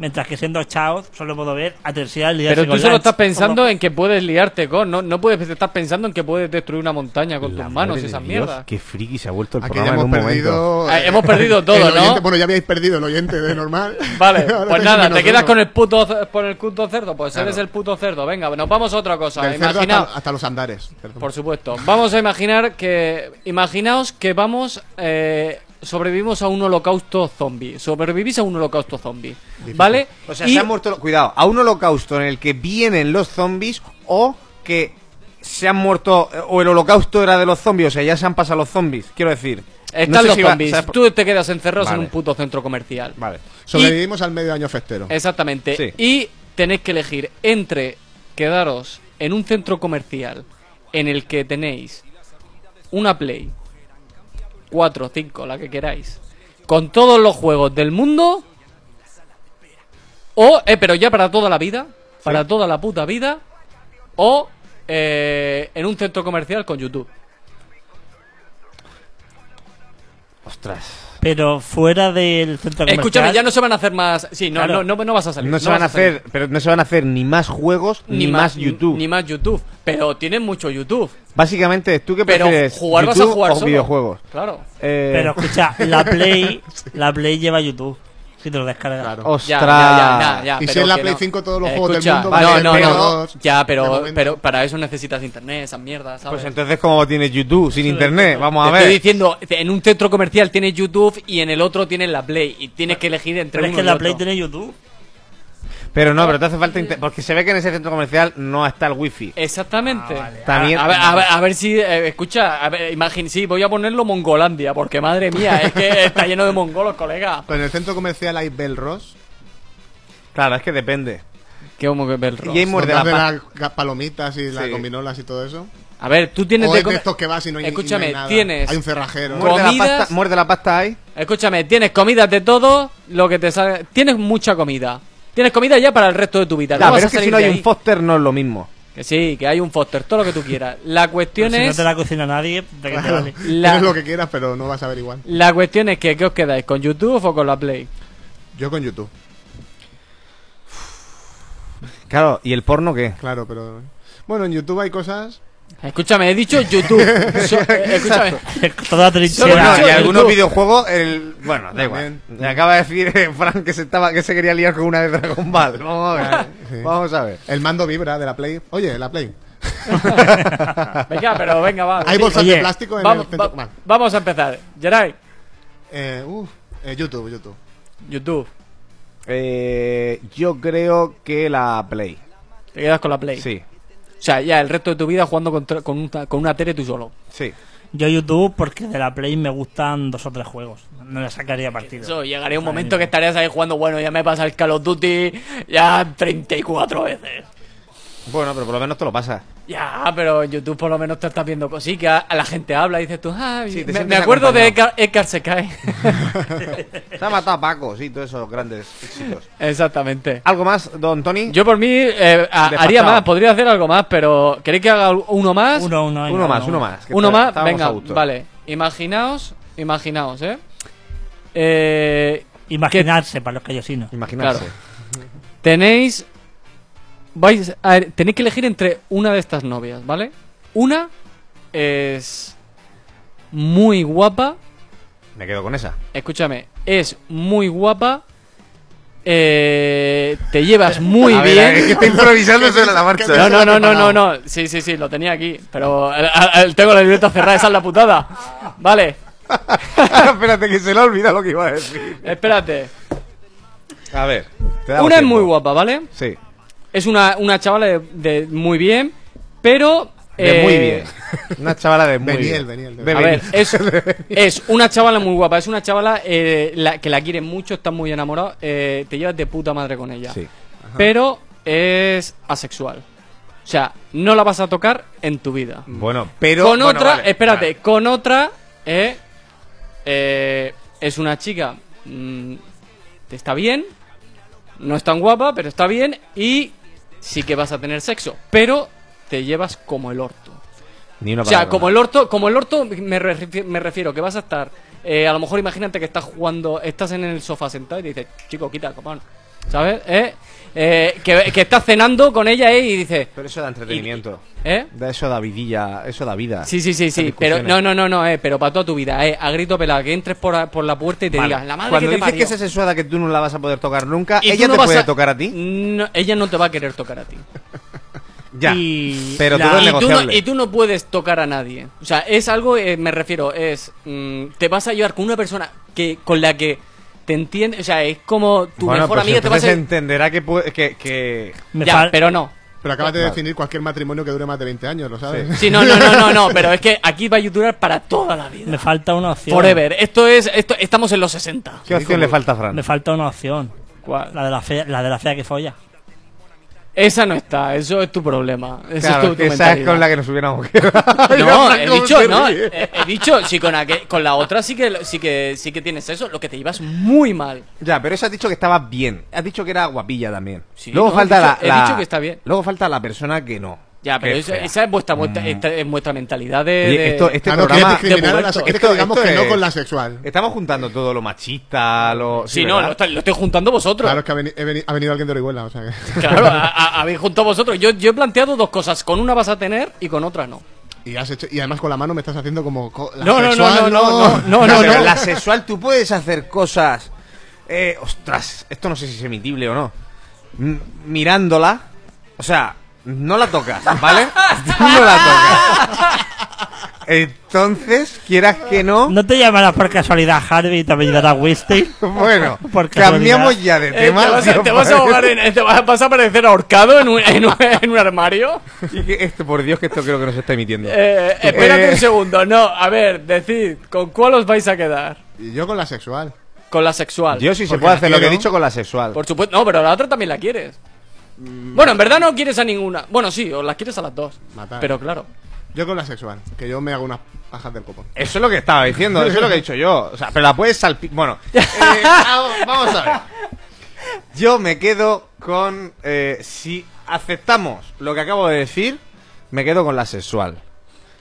[SPEAKER 3] Mientras que siendo Chao, solo puedo ver a Tensian liarse
[SPEAKER 2] Pero
[SPEAKER 3] con
[SPEAKER 2] tú solo
[SPEAKER 3] Lunch.
[SPEAKER 2] estás pensando
[SPEAKER 3] Como-
[SPEAKER 2] en que puedes liarte con. No, no puedes estar pensando en que puedes destruir una montaña con tus manos y esas mierdas.
[SPEAKER 1] Qué friki se ha vuelto el
[SPEAKER 4] Aquí ya
[SPEAKER 1] programa en
[SPEAKER 4] hemos
[SPEAKER 1] un momento.
[SPEAKER 4] perdido. eh,
[SPEAKER 2] Ah, hemos perdido
[SPEAKER 4] el
[SPEAKER 2] todo,
[SPEAKER 4] oyente-
[SPEAKER 2] ¿no?
[SPEAKER 4] Bueno, ya habíais perdido el oyente de normal.
[SPEAKER 2] Vale,
[SPEAKER 4] Ahora
[SPEAKER 2] pues
[SPEAKER 4] tenéis
[SPEAKER 2] nada,
[SPEAKER 4] menos
[SPEAKER 2] te quedas
[SPEAKER 4] uno.
[SPEAKER 2] con el puto cer- por el puto cerdo, pues
[SPEAKER 4] Claro.
[SPEAKER 2] eres el puto cerdo. Venga, nos vamos a otra cosa.
[SPEAKER 4] Del cerdo
[SPEAKER 2] Imagina-
[SPEAKER 4] hasta, hasta los andares. perdón.
[SPEAKER 2] por supuesto. Vamos a imaginar que imaginaos que vamos eh, sobrevivimos a un holocausto zombie. Sobrevivís a un holocausto zombie, ¿vale?
[SPEAKER 1] O sea,
[SPEAKER 2] Y-
[SPEAKER 1] se han muerto. Cuidado, a un holocausto en el que vienen los zombies o eh, que se han muerto. O el holocausto era de los zombies, o sea, ya se han pasado los zombies. Quiero decir.
[SPEAKER 2] Están
[SPEAKER 1] No sé
[SPEAKER 2] los
[SPEAKER 1] si va-
[SPEAKER 2] zombies.
[SPEAKER 1] ¿sabes por-
[SPEAKER 2] Tú te quedas encerrados
[SPEAKER 1] Vale.
[SPEAKER 2] en un puto centro comercial.
[SPEAKER 1] Vale.
[SPEAKER 4] Sobrevivimos al medio año festero.
[SPEAKER 2] Exactamente.
[SPEAKER 1] Sí.
[SPEAKER 2] Y tenéis que elegir entre quedaros en un centro comercial en el que tenéis una Play, 4, 5, la que queráis, con todos los juegos del mundo, o, eh, pero ya para toda la vida, para toda la puta vida, o eh, en un centro comercial con YouTube.
[SPEAKER 1] Ostras.
[SPEAKER 3] Pero fuera del centro comercial.
[SPEAKER 2] Escúchame, ya no se van a hacer más. Sí, no,
[SPEAKER 3] Claro.
[SPEAKER 2] no, no, no vas a salir.
[SPEAKER 1] No, se
[SPEAKER 2] vas
[SPEAKER 1] van a
[SPEAKER 2] a salir.
[SPEAKER 1] hacer, pero no se van a hacer ni más juegos ni, más, YouTube.
[SPEAKER 2] Ni más YouTube. Pero tienen mucho YouTube.
[SPEAKER 1] Básicamente, ¿tú qué
[SPEAKER 2] Pero
[SPEAKER 1] prefieres?
[SPEAKER 2] jugar vas a
[SPEAKER 1] YouTube
[SPEAKER 2] jugar
[SPEAKER 1] o
[SPEAKER 2] solo.
[SPEAKER 1] videojuegos.
[SPEAKER 2] Claro.
[SPEAKER 1] Eh,
[SPEAKER 3] Pero escucha, la Play, la Play lleva YouTube. Si te lo descargas.
[SPEAKER 4] Claro.
[SPEAKER 2] Ya,
[SPEAKER 1] ostras.
[SPEAKER 2] ya, ya, ya, ya,
[SPEAKER 4] Y si
[SPEAKER 2] pero
[SPEAKER 4] es la
[SPEAKER 2] que
[SPEAKER 4] Play
[SPEAKER 2] no.
[SPEAKER 4] 5 todos los
[SPEAKER 2] Eh,
[SPEAKER 4] juegos del
[SPEAKER 2] escucha,
[SPEAKER 4] mundo,
[SPEAKER 1] vale,
[SPEAKER 2] no, no,
[SPEAKER 1] pero-
[SPEAKER 2] no. Ya,
[SPEAKER 4] de
[SPEAKER 2] pero,
[SPEAKER 4] momento.
[SPEAKER 2] pero para eso necesitas internet, esas mierdas, ¿sabes?
[SPEAKER 1] Pues entonces, ¿cómo tienes YouTube sin internet? Vamos a
[SPEAKER 2] Te
[SPEAKER 1] ver.
[SPEAKER 2] estoy diciendo, en un centro comercial tienes YouTube y en el otro tienes la Play. Y tienes que elegir entre
[SPEAKER 3] Pero es
[SPEAKER 2] uno
[SPEAKER 3] que
[SPEAKER 2] y
[SPEAKER 3] la
[SPEAKER 2] otro.
[SPEAKER 3] Play tiene YouTube.
[SPEAKER 1] Pero no, pero te hace falta inter- porque se ve que en ese centro comercial no está el wifi.
[SPEAKER 2] Exactamente.
[SPEAKER 3] Ah,
[SPEAKER 1] También-
[SPEAKER 2] A, ver, a ver- a ver si. eh, escucha, a ver, imagín, sí, voy a ponerlo Mongolandia, porque madre mía, es que está lleno de mongolos, colega.
[SPEAKER 4] Pero en el centro comercial hay Belros,
[SPEAKER 1] Claro, es que depende.
[SPEAKER 2] Qué homo que Belros.
[SPEAKER 1] Y hay muerde
[SPEAKER 4] donde
[SPEAKER 1] la
[SPEAKER 4] hacen
[SPEAKER 1] pa-
[SPEAKER 4] las ga- palomitas y las
[SPEAKER 1] Sí.
[SPEAKER 4] gominolas y todo eso.
[SPEAKER 2] A ver, tú tienes
[SPEAKER 4] O
[SPEAKER 2] de
[SPEAKER 4] es de
[SPEAKER 2] comer-
[SPEAKER 4] estos que vas y no hay, y no hay
[SPEAKER 2] Escúchame,
[SPEAKER 4] nada.
[SPEAKER 2] tienes.
[SPEAKER 4] Hay un cerrajero.
[SPEAKER 2] Bueno.
[SPEAKER 1] Muerde la
[SPEAKER 2] Comidas-
[SPEAKER 1] pasta, muerde la pasta ahí.
[SPEAKER 2] Escúchame, tienes comidas de todo lo que te sale. Tienes mucha comida. Tienes comida ya para el resto de tu vida.
[SPEAKER 1] Claro,
[SPEAKER 2] vas
[SPEAKER 1] pero
[SPEAKER 2] a
[SPEAKER 1] es que si
[SPEAKER 2] salir
[SPEAKER 1] no
[SPEAKER 2] de
[SPEAKER 1] hay
[SPEAKER 2] ahí.
[SPEAKER 1] un Foster no es lo mismo.
[SPEAKER 2] Que sí, que hay un Foster, todo lo que tú quieras. La cuestión
[SPEAKER 3] Si no
[SPEAKER 2] es.
[SPEAKER 3] te la cocina nadie, ¿de qué te
[SPEAKER 4] Claro,
[SPEAKER 3] vale?
[SPEAKER 2] La-
[SPEAKER 4] tienes lo que quieras, pero no vas a ver igual.
[SPEAKER 2] La cuestión es que ¿qué os quedáis? ¿Con YouTube o con la Play?
[SPEAKER 4] Yo con YouTube,
[SPEAKER 1] Claro, ¿y el porno qué?
[SPEAKER 4] claro, pero. Bueno, en YouTube hay cosas.
[SPEAKER 2] Escúchame, he dicho YouTube. So- eh, escúchame.
[SPEAKER 3] Toda
[SPEAKER 1] Bueno,
[SPEAKER 2] Sí,
[SPEAKER 3] trinchera.
[SPEAKER 2] no,
[SPEAKER 1] y
[SPEAKER 2] el
[SPEAKER 1] algunos
[SPEAKER 2] club.
[SPEAKER 1] videojuegos, el... bueno, da igual.
[SPEAKER 4] También.
[SPEAKER 1] Me acaba de decir eh, Frank que se, estaba, que se quería liar con una de Dragon Ball. Vamos a ver. Vamos a ver.
[SPEAKER 4] El mando vibra de la Play. Oye, la Play.
[SPEAKER 2] Venga, pero venga, va.
[SPEAKER 4] Hay
[SPEAKER 2] Ah, sí.
[SPEAKER 4] bolsas
[SPEAKER 3] Oye,
[SPEAKER 4] de plástico en
[SPEAKER 2] vamos,
[SPEAKER 4] el centro
[SPEAKER 2] va-
[SPEAKER 4] comercial.
[SPEAKER 2] vamos a empezar. Geray,
[SPEAKER 4] Eh, uf, eh, YouTube, YouTube.
[SPEAKER 2] YouTube.
[SPEAKER 1] Eh, yo creo que la Play.
[SPEAKER 2] Te quedas con la Play.
[SPEAKER 1] Sí,
[SPEAKER 2] O sea, ya el resto de tu vida jugando contra- con, un ta- con una tele tú solo.
[SPEAKER 1] sí.
[SPEAKER 3] Yo YouTube porque de la Play me gustan dos o tres juegos. No le sacaría partido.
[SPEAKER 2] Eso, llegaría un momento que estarías ahí jugando, bueno, ya me pasa el Call of Duty ya 34 veces.
[SPEAKER 1] Bueno, pero por lo menos te lo pasas.
[SPEAKER 2] Ya, pero en YouTube por lo menos te estás viendo cositas, a la gente habla y dices tú, ah,
[SPEAKER 1] Sí, te
[SPEAKER 2] me,
[SPEAKER 1] sientes
[SPEAKER 2] me acuerdo de
[SPEAKER 1] acompañado.
[SPEAKER 2] Edgar, Edgar se cae.
[SPEAKER 1] Se ha matado a Paco, sí, todos esos grandes éxitos.
[SPEAKER 2] Exactamente.
[SPEAKER 1] ¿Algo más, don Tony?
[SPEAKER 2] Yo por mí eh, a-
[SPEAKER 1] Desfasado.
[SPEAKER 2] haría más, podría hacer algo más, pero ¿queréis que haga uno más?
[SPEAKER 3] Uno, uno, venga,
[SPEAKER 1] uno más, uno más. que
[SPEAKER 2] Uno
[SPEAKER 1] está-
[SPEAKER 2] más,
[SPEAKER 1] estábamos a
[SPEAKER 2] venga,
[SPEAKER 1] gusto.
[SPEAKER 2] vale. Imaginaos, imaginaos, ¿eh? Eh,
[SPEAKER 3] Imaginarse para los callosinos.
[SPEAKER 1] Imaginarse.
[SPEAKER 2] Claro. Tenéis. Vais a- tenéis que elegir entre una de estas novias, ¿vale? Una es muy guapa.
[SPEAKER 1] Me quedo con esa.
[SPEAKER 2] Escúchame, es muy guapa. eh, te llevas muy
[SPEAKER 1] A ver,
[SPEAKER 2] bien.
[SPEAKER 1] es que está improvisando sobre la
[SPEAKER 4] ¿Qué
[SPEAKER 1] marcha.
[SPEAKER 2] No,
[SPEAKER 4] te-
[SPEAKER 2] no, no, no, no, no. Sí, sí, sí, lo tenía aquí. Pero eh, eh, tengo la libreta cerrada, esa es la putada. Vale,
[SPEAKER 1] Ah, Espérate que se le ha olvidado lo que iba a decir.
[SPEAKER 2] espérate.
[SPEAKER 1] A ver. te damos
[SPEAKER 2] Una es
[SPEAKER 1] tiempo.
[SPEAKER 2] muy guapa, ¿vale?
[SPEAKER 1] Sí.
[SPEAKER 2] Es una, una chavala de, de muy bien, pero.
[SPEAKER 1] De
[SPEAKER 2] eh,
[SPEAKER 1] muy bien. Una chavala de muy
[SPEAKER 4] Beniel,
[SPEAKER 1] bien.
[SPEAKER 4] Beniel, de
[SPEAKER 1] De
[SPEAKER 2] A ver,
[SPEAKER 1] Beniel.
[SPEAKER 2] es, es una chavala muy guapa, es una chavala eh, la, que la quiere mucho, está muy enamorado, eh, te llevas de puta madre con ella.
[SPEAKER 1] Sí.
[SPEAKER 2] Pero es asexual. O sea, no la vas a tocar en tu vida.
[SPEAKER 1] Bueno, pero.
[SPEAKER 2] con
[SPEAKER 1] bueno,
[SPEAKER 2] otra,
[SPEAKER 1] vale,
[SPEAKER 2] espérate,
[SPEAKER 1] vale.
[SPEAKER 2] con otra eh, eh, es una chica, mm, está bien, no es tan guapa, pero está bien y sí que vas a tener sexo, pero te llevas como el orto.
[SPEAKER 1] Ah, Ni una
[SPEAKER 2] O sea,
[SPEAKER 1] palabra
[SPEAKER 2] como
[SPEAKER 1] más.
[SPEAKER 2] el orto, como el orto me, refi- me refiero, que vas a estar, eh, a lo mejor imagínate que estás jugando, estás en el sofá sentado y te dices, chico, quita, copón, ¿sabes? Eh, eh, que, que estás cenando con ella eh, y dices,
[SPEAKER 1] Pero eso da entretenimiento.
[SPEAKER 2] ¿eh?
[SPEAKER 1] Da eso da vidilla, eso da vida.
[SPEAKER 2] Sí, sí, sí,
[SPEAKER 1] Esas
[SPEAKER 2] sí, pero
[SPEAKER 1] discusiones.
[SPEAKER 2] no, no, no, no, eh, pero para toda tu vida, eh, a grito pelado, que entres por, a- por la puerta y te
[SPEAKER 1] Vale.
[SPEAKER 2] digas, la madre
[SPEAKER 1] Cuando
[SPEAKER 2] que te
[SPEAKER 1] dices
[SPEAKER 2] parió".
[SPEAKER 1] que esa sexuada que tú no la vas a poder tocar nunca,
[SPEAKER 2] Y tú
[SPEAKER 1] ¿ella
[SPEAKER 2] no
[SPEAKER 1] te
[SPEAKER 2] vas
[SPEAKER 1] puede
[SPEAKER 2] a-
[SPEAKER 1] tocar a ti?
[SPEAKER 2] No, ella no te va a querer tocar a ti.
[SPEAKER 1] Ya.
[SPEAKER 3] Y
[SPEAKER 1] Pero
[SPEAKER 3] la-
[SPEAKER 1] todo es
[SPEAKER 2] y, tú no,
[SPEAKER 1] negociable.
[SPEAKER 2] y tú no puedes tocar a nadie. O sea, es algo, eh, me refiero, es. mm, te vas a llevar con una persona que con la que te entiende. O sea, es como tu
[SPEAKER 1] Bueno,
[SPEAKER 2] mejor
[SPEAKER 1] pues
[SPEAKER 2] amiga te vas a.
[SPEAKER 1] entonces entenderá que, pu- que, que-
[SPEAKER 3] Me
[SPEAKER 2] Ya,
[SPEAKER 3] fal-
[SPEAKER 2] pero no.
[SPEAKER 4] Pero acabas de
[SPEAKER 1] Vale.
[SPEAKER 4] definir cualquier matrimonio que dure más de 20 años, ¿lo sabes?
[SPEAKER 2] Sí, no, no, no, no, no, pero es que aquí va a durar para toda la vida.
[SPEAKER 3] Me falta una opción.
[SPEAKER 2] Forever. Esto es. Esto, estamos en los 60.
[SPEAKER 1] ¿Qué opción le falta a Fran?
[SPEAKER 3] Me falta una opción.
[SPEAKER 2] ¿Cuál?
[SPEAKER 3] La de la fea, la de la fea que folla.
[SPEAKER 2] Esa no está, eso es tu problema. Eso
[SPEAKER 1] Claro,
[SPEAKER 2] es tu, tu
[SPEAKER 1] que esa es
[SPEAKER 2] mentalidad.
[SPEAKER 1] con la que nos hubiéramos
[SPEAKER 2] No, he
[SPEAKER 4] ¿Cómo
[SPEAKER 2] dicho,
[SPEAKER 4] se
[SPEAKER 2] no,
[SPEAKER 4] ríe?
[SPEAKER 2] he, he dicho, sí, con, aquel- con la otra sí que, sí, que, sí que tienes eso, lo que te llevas muy mal.
[SPEAKER 1] Ya, pero eso has dicho que estaba bien. Has dicho que era guapilla también.
[SPEAKER 2] Sí,
[SPEAKER 1] luego
[SPEAKER 2] no,
[SPEAKER 1] falta
[SPEAKER 2] he dicho-
[SPEAKER 1] la,
[SPEAKER 2] he
[SPEAKER 1] la-
[SPEAKER 2] dicho que está bien.
[SPEAKER 1] Luego falta la persona que no.
[SPEAKER 2] Ya, pero
[SPEAKER 1] Qué
[SPEAKER 2] eso-
[SPEAKER 1] fea. Mm.
[SPEAKER 2] esa es vuestra, vuestra, esta- es vuestra mentalidad de.
[SPEAKER 1] Oye,
[SPEAKER 2] de-
[SPEAKER 1] esto- este
[SPEAKER 4] Ah, no, quieres
[SPEAKER 1] programa-
[SPEAKER 4] discriminar a la-
[SPEAKER 1] esto-
[SPEAKER 4] quieres que
[SPEAKER 1] esto-
[SPEAKER 4] digamos
[SPEAKER 1] esto
[SPEAKER 4] que no
[SPEAKER 1] es-
[SPEAKER 4] con la sexual.
[SPEAKER 1] Estamos juntando todo lo machista, lo.
[SPEAKER 2] Sí,
[SPEAKER 1] sí,
[SPEAKER 2] no,
[SPEAKER 1] ¿verdad?
[SPEAKER 2] lo estoy, lo estoy juntando vosotros.
[SPEAKER 4] Claro,
[SPEAKER 2] Claro,
[SPEAKER 4] es que ha, veni- he veni- ha venido alguien de Orihuela, o sea que...
[SPEAKER 2] a- a- habéis juntado vosotros. Yo, yo he planteado dos cosas, con una vas a tener y con otra no.
[SPEAKER 4] Y, has hecho, y además con la mano me estás haciendo como... co- la
[SPEAKER 2] No, no, no,
[SPEAKER 4] sexual,
[SPEAKER 2] no, no, no,
[SPEAKER 1] No,
[SPEAKER 2] no,
[SPEAKER 1] pero
[SPEAKER 2] no.
[SPEAKER 1] en la sexual tú puedes hacer cosas. eh, ostras, esto no sé si es emitible o no. M- mirándola. O sea, no la tocas, ¿vale? No la tocas. Entonces, quieras que no.
[SPEAKER 3] No te llamarás por casualidad Harvey y te apellidarás Weinstein.
[SPEAKER 1] Bueno,
[SPEAKER 3] Por casualidad.
[SPEAKER 1] cambiamos ya de
[SPEAKER 2] Eh,
[SPEAKER 1] tema.
[SPEAKER 2] te, vas a,
[SPEAKER 1] tío,
[SPEAKER 2] te vas a
[SPEAKER 1] padre.
[SPEAKER 2] ahogar en- eh, te vas, vas a aparecer ahorcado en un, en un- en un armario.
[SPEAKER 1] Y que esto, por Dios, que esto creo que no se está emitiendo.
[SPEAKER 2] Eh, espérate
[SPEAKER 1] Eh.
[SPEAKER 2] un segundo, no, a ver, decid, ¿con cuál os vais a quedar?
[SPEAKER 4] Y yo con la sexual.
[SPEAKER 2] Con la sexual.
[SPEAKER 1] Yo sí se
[SPEAKER 4] Porque
[SPEAKER 1] puede hacer lo que he
[SPEAKER 4] quiero-
[SPEAKER 1] dicho con la sexual.
[SPEAKER 2] Por supuesto, no, pero la otra también la quieres.
[SPEAKER 1] Mm.
[SPEAKER 2] Bueno, en verdad no quieres a ninguna. Bueno, sí, o las quieres a las dos.
[SPEAKER 4] Matar.
[SPEAKER 2] Pero claro.
[SPEAKER 4] Yo con la sexual, que yo me hago unas pajas del copón.
[SPEAKER 1] Eso es lo que estaba diciendo, eso es lo que he dicho yo. O sea, pero la puedes salpicar. Bueno, eh, vamos-
[SPEAKER 2] Ah.
[SPEAKER 1] vamos a ver. Yo me quedo con. eh, si aceptamos lo que acabo de decir, me quedo con la sexual.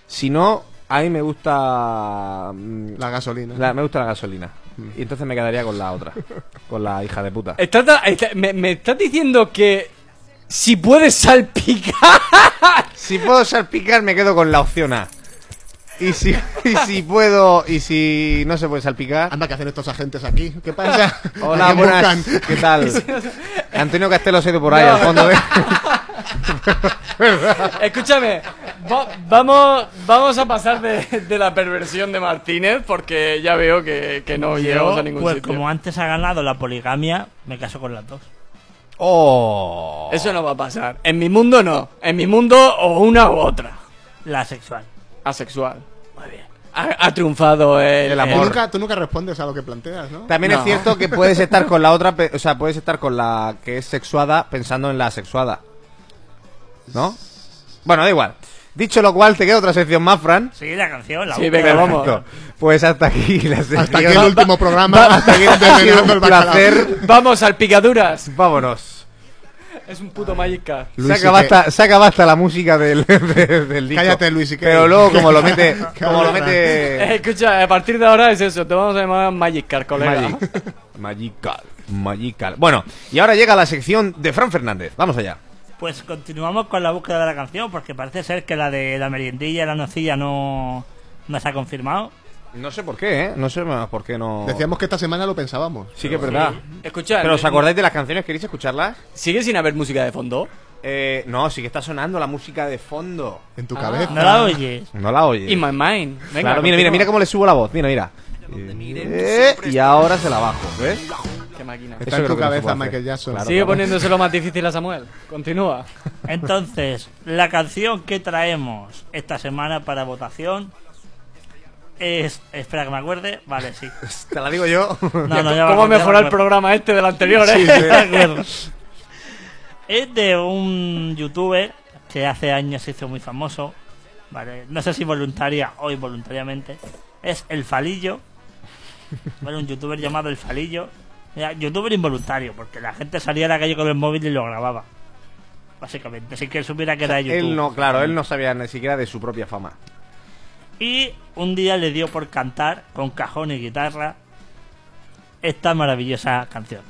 [SPEAKER 1] Si no, a mí me gusta. mm,
[SPEAKER 4] La gasolina.
[SPEAKER 1] la- me gusta la gasolina. Y entonces me quedaría con la otra. Con la hija de puta.
[SPEAKER 2] Estás da- está- me, me estás diciendo que si puedes salpicar.
[SPEAKER 1] Si puedo salpicar, me quedo con la opción A. Y si, y si puedo. Y si no se puede salpicar.
[SPEAKER 4] Anda, ¿qué hacen estos agentes aquí? ¿Qué pasa?
[SPEAKER 1] Hola,
[SPEAKER 4] ¿A quién
[SPEAKER 1] buenas.
[SPEAKER 4] buscan?
[SPEAKER 1] ¿Qué tal? Antonio Castelo se ha ido por ahí
[SPEAKER 2] No.
[SPEAKER 1] al fondo. ¿eh? de-
[SPEAKER 2] Escúchame, va- vamos, vamos a pasar de, de la perversión de Martínez porque ya veo que, que no llegamos a ningún
[SPEAKER 3] pues
[SPEAKER 2] sitio.
[SPEAKER 3] como antes ha ganado la poligamia, me caso con las dos.
[SPEAKER 1] ¡Oh!
[SPEAKER 2] Eso no va a pasar. En mi mundo no. En mi mundo o una u otra.
[SPEAKER 3] La sexual.
[SPEAKER 2] Asexual. Muy bien. Ha, ha triunfado el,
[SPEAKER 1] El
[SPEAKER 4] Tú
[SPEAKER 1] amor.
[SPEAKER 4] nunca, tú nunca respondes a lo que planteas, ¿no?
[SPEAKER 1] También es
[SPEAKER 2] No.
[SPEAKER 1] cierto que puedes estar con la otra, pe- o sea, puedes estar con la que es sexuada pensando en la sexuada. ¿No? Bueno, da igual. Dicho lo cual, te queda otra sección más, Fran.
[SPEAKER 3] Sí, la canción, la
[SPEAKER 2] Sí,
[SPEAKER 3] última.
[SPEAKER 2] venga, vamos.
[SPEAKER 1] Perfecto. Pues hasta aquí la sección.
[SPEAKER 4] Hasta aquí el último programa.
[SPEAKER 1] Hasta aquí ha
[SPEAKER 4] de
[SPEAKER 1] sido
[SPEAKER 4] Veneno
[SPEAKER 1] un
[SPEAKER 4] el Bacalao.
[SPEAKER 1] placer.
[SPEAKER 2] Vamos, salpicaduras.
[SPEAKER 1] Vámonos.
[SPEAKER 2] Es un puto Magic Card.
[SPEAKER 1] Se
[SPEAKER 4] Luis,
[SPEAKER 1] acaba,
[SPEAKER 4] que-
[SPEAKER 1] hasta, se acaba hasta la música del, de- del disco.
[SPEAKER 4] Cállate, Luis, y que-
[SPEAKER 1] Pero luego, como lo mete. como lo
[SPEAKER 4] Cállate.
[SPEAKER 2] Eh,
[SPEAKER 1] mete.
[SPEAKER 2] escucha, a partir de ahora es eso. Te vamos a llamar Magic Card, colega.
[SPEAKER 1] Magic. Magical. Magical. Bueno, y ahora llega la sección de Fran Fernández. Vamos allá.
[SPEAKER 3] Pues continuamos con la búsqueda de la canción, porque parece ser que la de la meriendilla y la nocilla no, no se ha confirmado.
[SPEAKER 1] No sé por qué, ¿eh? No sé más por qué no.
[SPEAKER 4] Decíamos que esta semana lo pensábamos.
[SPEAKER 1] Sí, que es verdad.
[SPEAKER 2] Escucha,
[SPEAKER 1] Pero ¿os
[SPEAKER 2] no-
[SPEAKER 1] acordáis de las canciones? ¿Queréis escucharlas?
[SPEAKER 2] ¿sigue sin haber música de fondo?
[SPEAKER 1] Eh, no, sí que está sonando la música de fondo.
[SPEAKER 4] En tu
[SPEAKER 2] Ah.
[SPEAKER 4] cabeza.
[SPEAKER 3] ¿No la oyes?
[SPEAKER 1] No la oyes.
[SPEAKER 2] In my mind. Venga,
[SPEAKER 1] claro, mira, mira, mira cómo le subo la voz. Mira, mira. Eh, y ahora se la bajo, ¿ves?
[SPEAKER 2] continúa. Qué máquina.
[SPEAKER 1] Eso
[SPEAKER 4] Está en
[SPEAKER 1] creo que no se
[SPEAKER 4] tu
[SPEAKER 1] puede
[SPEAKER 4] cabeza
[SPEAKER 1] hacer.
[SPEAKER 4] Michael Jackson.
[SPEAKER 1] Claro.
[SPEAKER 2] Sigue poniéndoselo más difícil a Samuel. Continúa.
[SPEAKER 3] Entonces, la canción que traemos esta semana para votación es. Espera que me acuerde. Vale, sí.
[SPEAKER 1] Te la digo yo.
[SPEAKER 3] No, no, ya me
[SPEAKER 2] ¿Cómo
[SPEAKER 3] acuerdo, ya me
[SPEAKER 2] mejorar el
[SPEAKER 3] acuerdo.
[SPEAKER 2] programa este del anterior, eh?
[SPEAKER 3] Me acuerdo. Es de un youtuber que hace años se hizo muy famoso. Vale, no sé si voluntaria o involuntariamente. Es El Falillo. Vale, un youtuber llamado El Falillo. Era youtuber involuntario, porque la gente salía a la calle con el móvil y lo grababa. Básicamente, sin que él supiera que era YouTube.
[SPEAKER 1] Él no, claro, él no sabía ni siquiera de su propia fama.
[SPEAKER 3] Y un día le dio por cantar con cajón y guitarra esta maravillosa canción.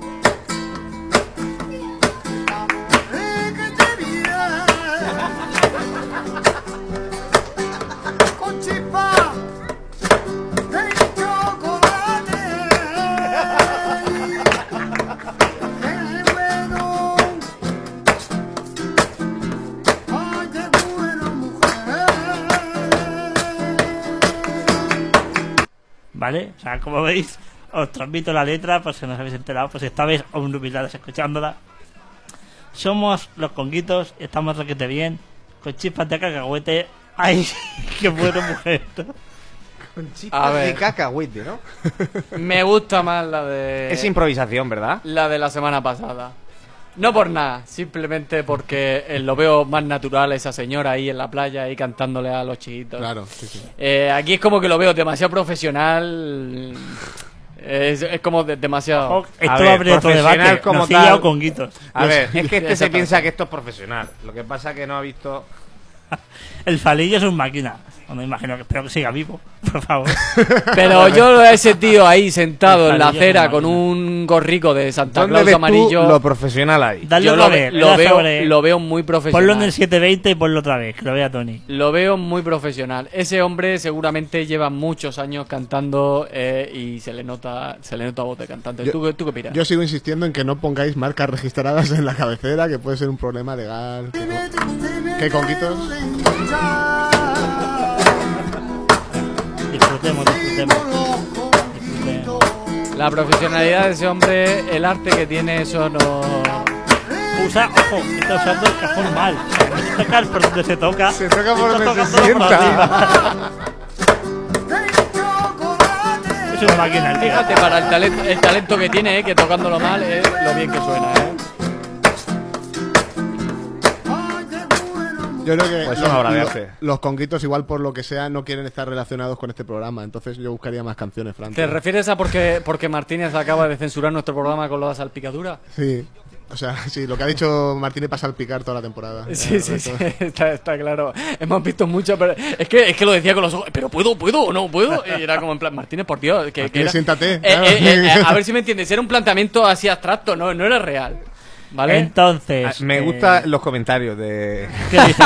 [SPEAKER 5] mujer
[SPEAKER 3] ¿Vale? O sea, como veis, Os transmito la letra por si no os habéis enterado, por si estabais aún nubilados escuchándola. Somos los conguitos, estamos requete bien, con chispas de cacahuete. ¡Ay, qué bueno, mujer!
[SPEAKER 1] Con
[SPEAKER 2] A ver.
[SPEAKER 1] de cacahuete, ¿no?
[SPEAKER 2] Me gusta más la de.
[SPEAKER 1] Es improvisación, ¿verdad?
[SPEAKER 2] La de la semana pasada. No por nada, simplemente porque eh, lo veo más natural a esa señora ahí en la playa ahí cantándole a los chiquitos.
[SPEAKER 4] Claro, sí, sí.
[SPEAKER 2] Eh, aquí es como que lo veo demasiado profesional. Es, es como de- demasiado.
[SPEAKER 3] Esto
[SPEAKER 1] ver,
[SPEAKER 3] abre otro
[SPEAKER 1] profesional
[SPEAKER 3] debate.
[SPEAKER 1] como
[SPEAKER 3] Nocilla
[SPEAKER 1] tal.
[SPEAKER 3] o conguitos.
[SPEAKER 1] A ver, es que este se
[SPEAKER 2] Exactamente.
[SPEAKER 1] piensa que esto es profesional. Lo que pasa que no ha visto.
[SPEAKER 3] El falillo es un máquina. Bueno, imagino que espero que siga vivo, por favor.
[SPEAKER 2] Pero yo lo- ese tío ahí sentado en la
[SPEAKER 3] Maravilla,
[SPEAKER 2] acera
[SPEAKER 3] maravilla.
[SPEAKER 2] con un gorrico de Santa
[SPEAKER 1] ¿Dónde
[SPEAKER 2] Claus
[SPEAKER 1] ves
[SPEAKER 2] amarillo.
[SPEAKER 1] tú lo profesional ahí?
[SPEAKER 3] Dale
[SPEAKER 2] yo
[SPEAKER 3] otra
[SPEAKER 2] lo,
[SPEAKER 3] vez.
[SPEAKER 2] lo
[SPEAKER 3] dale
[SPEAKER 2] veo,
[SPEAKER 3] otra vez.
[SPEAKER 2] lo veo muy profesional.
[SPEAKER 3] Ponlo en el 720 y ponlo otra vez, que lo vea Tony.
[SPEAKER 2] Lo veo muy profesional. Ese hombre seguramente lleva muchos años cantando eh, y se le nota se le nota voz de cantante.
[SPEAKER 4] Yo-
[SPEAKER 2] ¿Tú, qué- tú qué opinas?
[SPEAKER 4] Yo sigo insistiendo en que no pongáis marcas registradas en la cabecera, que puede ser un problema legal. que no- ¿Qué conguitos?
[SPEAKER 3] Disfrutemos, disfrutemos. disfrutemos.
[SPEAKER 2] La profesionalidad de ese hombre, el arte que tiene, eso no...
[SPEAKER 3] Usa, ojo, está usando el cajón mal. Tocar por donde se toca.
[SPEAKER 4] Se toca por
[SPEAKER 3] Está
[SPEAKER 4] donde se
[SPEAKER 3] tocando por
[SPEAKER 4] sienta.
[SPEAKER 3] arriba. Es una máquina, el tío.
[SPEAKER 2] Fíjate para el talento, el talento que tiene, eh, que tocándolo mal es lo bien que suena. eh.
[SPEAKER 4] Yo creo que
[SPEAKER 1] Pues una obra de
[SPEAKER 4] lo-
[SPEAKER 1] arte.
[SPEAKER 4] los conguitos, igual por lo que sea, no quieren estar relacionados con este programa. Entonces yo buscaría más canciones, Fran.
[SPEAKER 2] ¿Te refieres a porque, porque Martínez acaba de censurar nuestro programa con la salpicadura?
[SPEAKER 4] Sí. O sea, sí, lo que ha dicho Martínez pasa al picar toda la temporada.
[SPEAKER 2] Sí,
[SPEAKER 4] Eh,
[SPEAKER 2] sí, sí,
[SPEAKER 4] resto-
[SPEAKER 2] está, está claro. Hemos visto mucho, pero es que, es que lo decía con los ojos, pero puedo, puedo o no puedo. Y era como en plan, Martínez, por Dios, que- que,
[SPEAKER 4] Martínez,
[SPEAKER 2] era-
[SPEAKER 4] siéntate,
[SPEAKER 2] Eh,
[SPEAKER 4] claro.
[SPEAKER 2] eh, eh, a ver si me entiendes, era un planteamiento así abstracto, no, no era real. ¿Vale?
[SPEAKER 1] Ah,
[SPEAKER 3] Entonces.
[SPEAKER 1] Me
[SPEAKER 3] eh,
[SPEAKER 1] gustan los comentarios de.
[SPEAKER 3] ¿qué dice?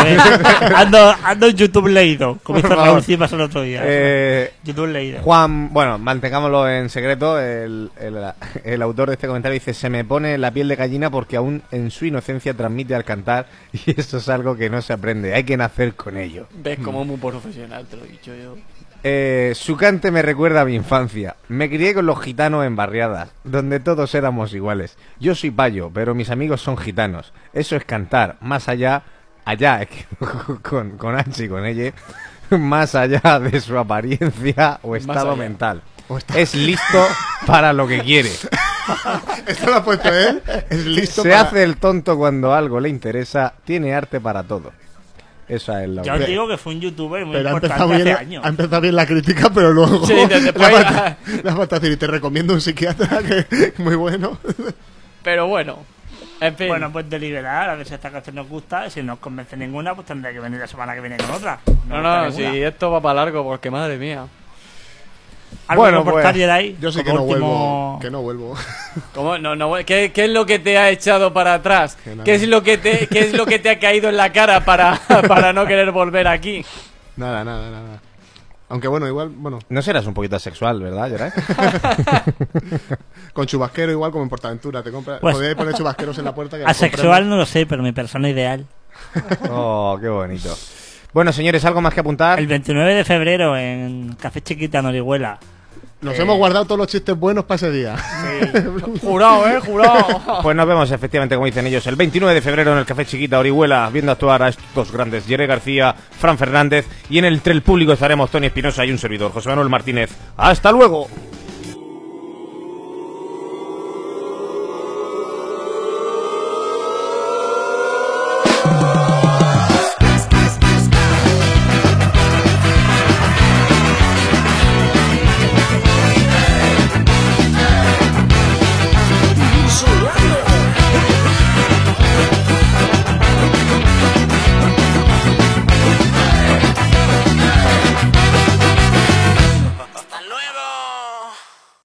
[SPEAKER 3] ando, ando en YouTube leído, como hizo
[SPEAKER 1] Por
[SPEAKER 3] Raúl
[SPEAKER 1] favor.
[SPEAKER 3] Cimas el otro día.
[SPEAKER 1] Eh,
[SPEAKER 3] YouTube leído.
[SPEAKER 1] Juan, bueno, mantengámoslo en secreto. El, el- el autor de este comentario dice: Se me pone la piel de gallina porque aún en su inocencia transmite al cantar. Y eso es algo que no se aprende. Hay que nacer con ello.
[SPEAKER 2] Ves como es muy profesional, te lo he dicho yo.
[SPEAKER 1] Eh, su cante me recuerda a mi infancia. Me crié con los gitanos en barriadas, donde todos éramos iguales. Yo soy payo, pero mis amigos son gitanos. Eso es cantar. Más allá, allá, es que con, con H y con ella, más allá de su apariencia o
[SPEAKER 2] Más
[SPEAKER 1] estado
[SPEAKER 2] allá.
[SPEAKER 1] mental.
[SPEAKER 4] O está-
[SPEAKER 1] Es listo para lo que quiere.
[SPEAKER 4] Esto lo ha puesto él. Es listo
[SPEAKER 1] Se
[SPEAKER 4] para-
[SPEAKER 1] hace el tonto cuando algo le interesa. Tiene arte para todo. Esa es la
[SPEAKER 3] Ya os digo que fue un youtuber muy
[SPEAKER 4] Pero ha
[SPEAKER 3] importante
[SPEAKER 4] empezado,
[SPEAKER 3] hace
[SPEAKER 4] bien,
[SPEAKER 3] años.
[SPEAKER 4] ha empezado bien la crítica, pero luego
[SPEAKER 2] Sí, de- después-
[SPEAKER 4] la falta- la falta decir, y te recomiendo un psiquiatra que muy bueno.
[SPEAKER 2] Pero bueno, en fin.
[SPEAKER 3] Bueno, pues deliberar, a ver si esta canción nos gusta. Si no os convence ninguna, pues tendré que venir la semana que viene con otra.
[SPEAKER 2] no,
[SPEAKER 3] gusta
[SPEAKER 2] no, si
[SPEAKER 3] ninguna.
[SPEAKER 2] esto va para largo, porque madre mía.
[SPEAKER 3] ¿Algo
[SPEAKER 1] Bueno,
[SPEAKER 3] que aportar,
[SPEAKER 1] pues,
[SPEAKER 3] Yeray?
[SPEAKER 4] Yo sé que
[SPEAKER 3] Como
[SPEAKER 4] no vuelvo.
[SPEAKER 3] último-
[SPEAKER 4] Que no vuelvo.
[SPEAKER 2] ¿Cómo? No, no, ¿qué, qué es lo que te ha echado para atrás?
[SPEAKER 4] Que nada.
[SPEAKER 2] ¿Qué es lo que te, qué es lo que te ha caído en la cara para, para no querer volver aquí?
[SPEAKER 4] Nada, nada, nada. Aunque bueno, igual, bueno,
[SPEAKER 1] No serás un poquito asexual, ¿verdad, Gerard?
[SPEAKER 4] con chubasquero igual como en Portaventura. Te compra,
[SPEAKER 3] Pues-
[SPEAKER 4] podéis poner chubasqueros en la puerta. Que
[SPEAKER 3] Asexual no lo sé, pero mi persona ideal.
[SPEAKER 1] Oh, qué bonito. Bueno, señores, ¿algo más que apuntar?
[SPEAKER 3] El 29 de febrero en Café Chiquita, en Orihuela.
[SPEAKER 4] Nos hemos guardado todos los chistes buenos para ese día.
[SPEAKER 2] Jurado, eh, jurado.
[SPEAKER 1] Pues nos vemos efectivamente, como dicen ellos, el 29 de febrero en el Café Chiquita Orihuela, viendo actuar a estos grandes, Jerez García, Fran Fernández, y en el Trel Público estaremos Tony Espinosa y un servidor, José Manuel Martínez. ¡Hasta luego!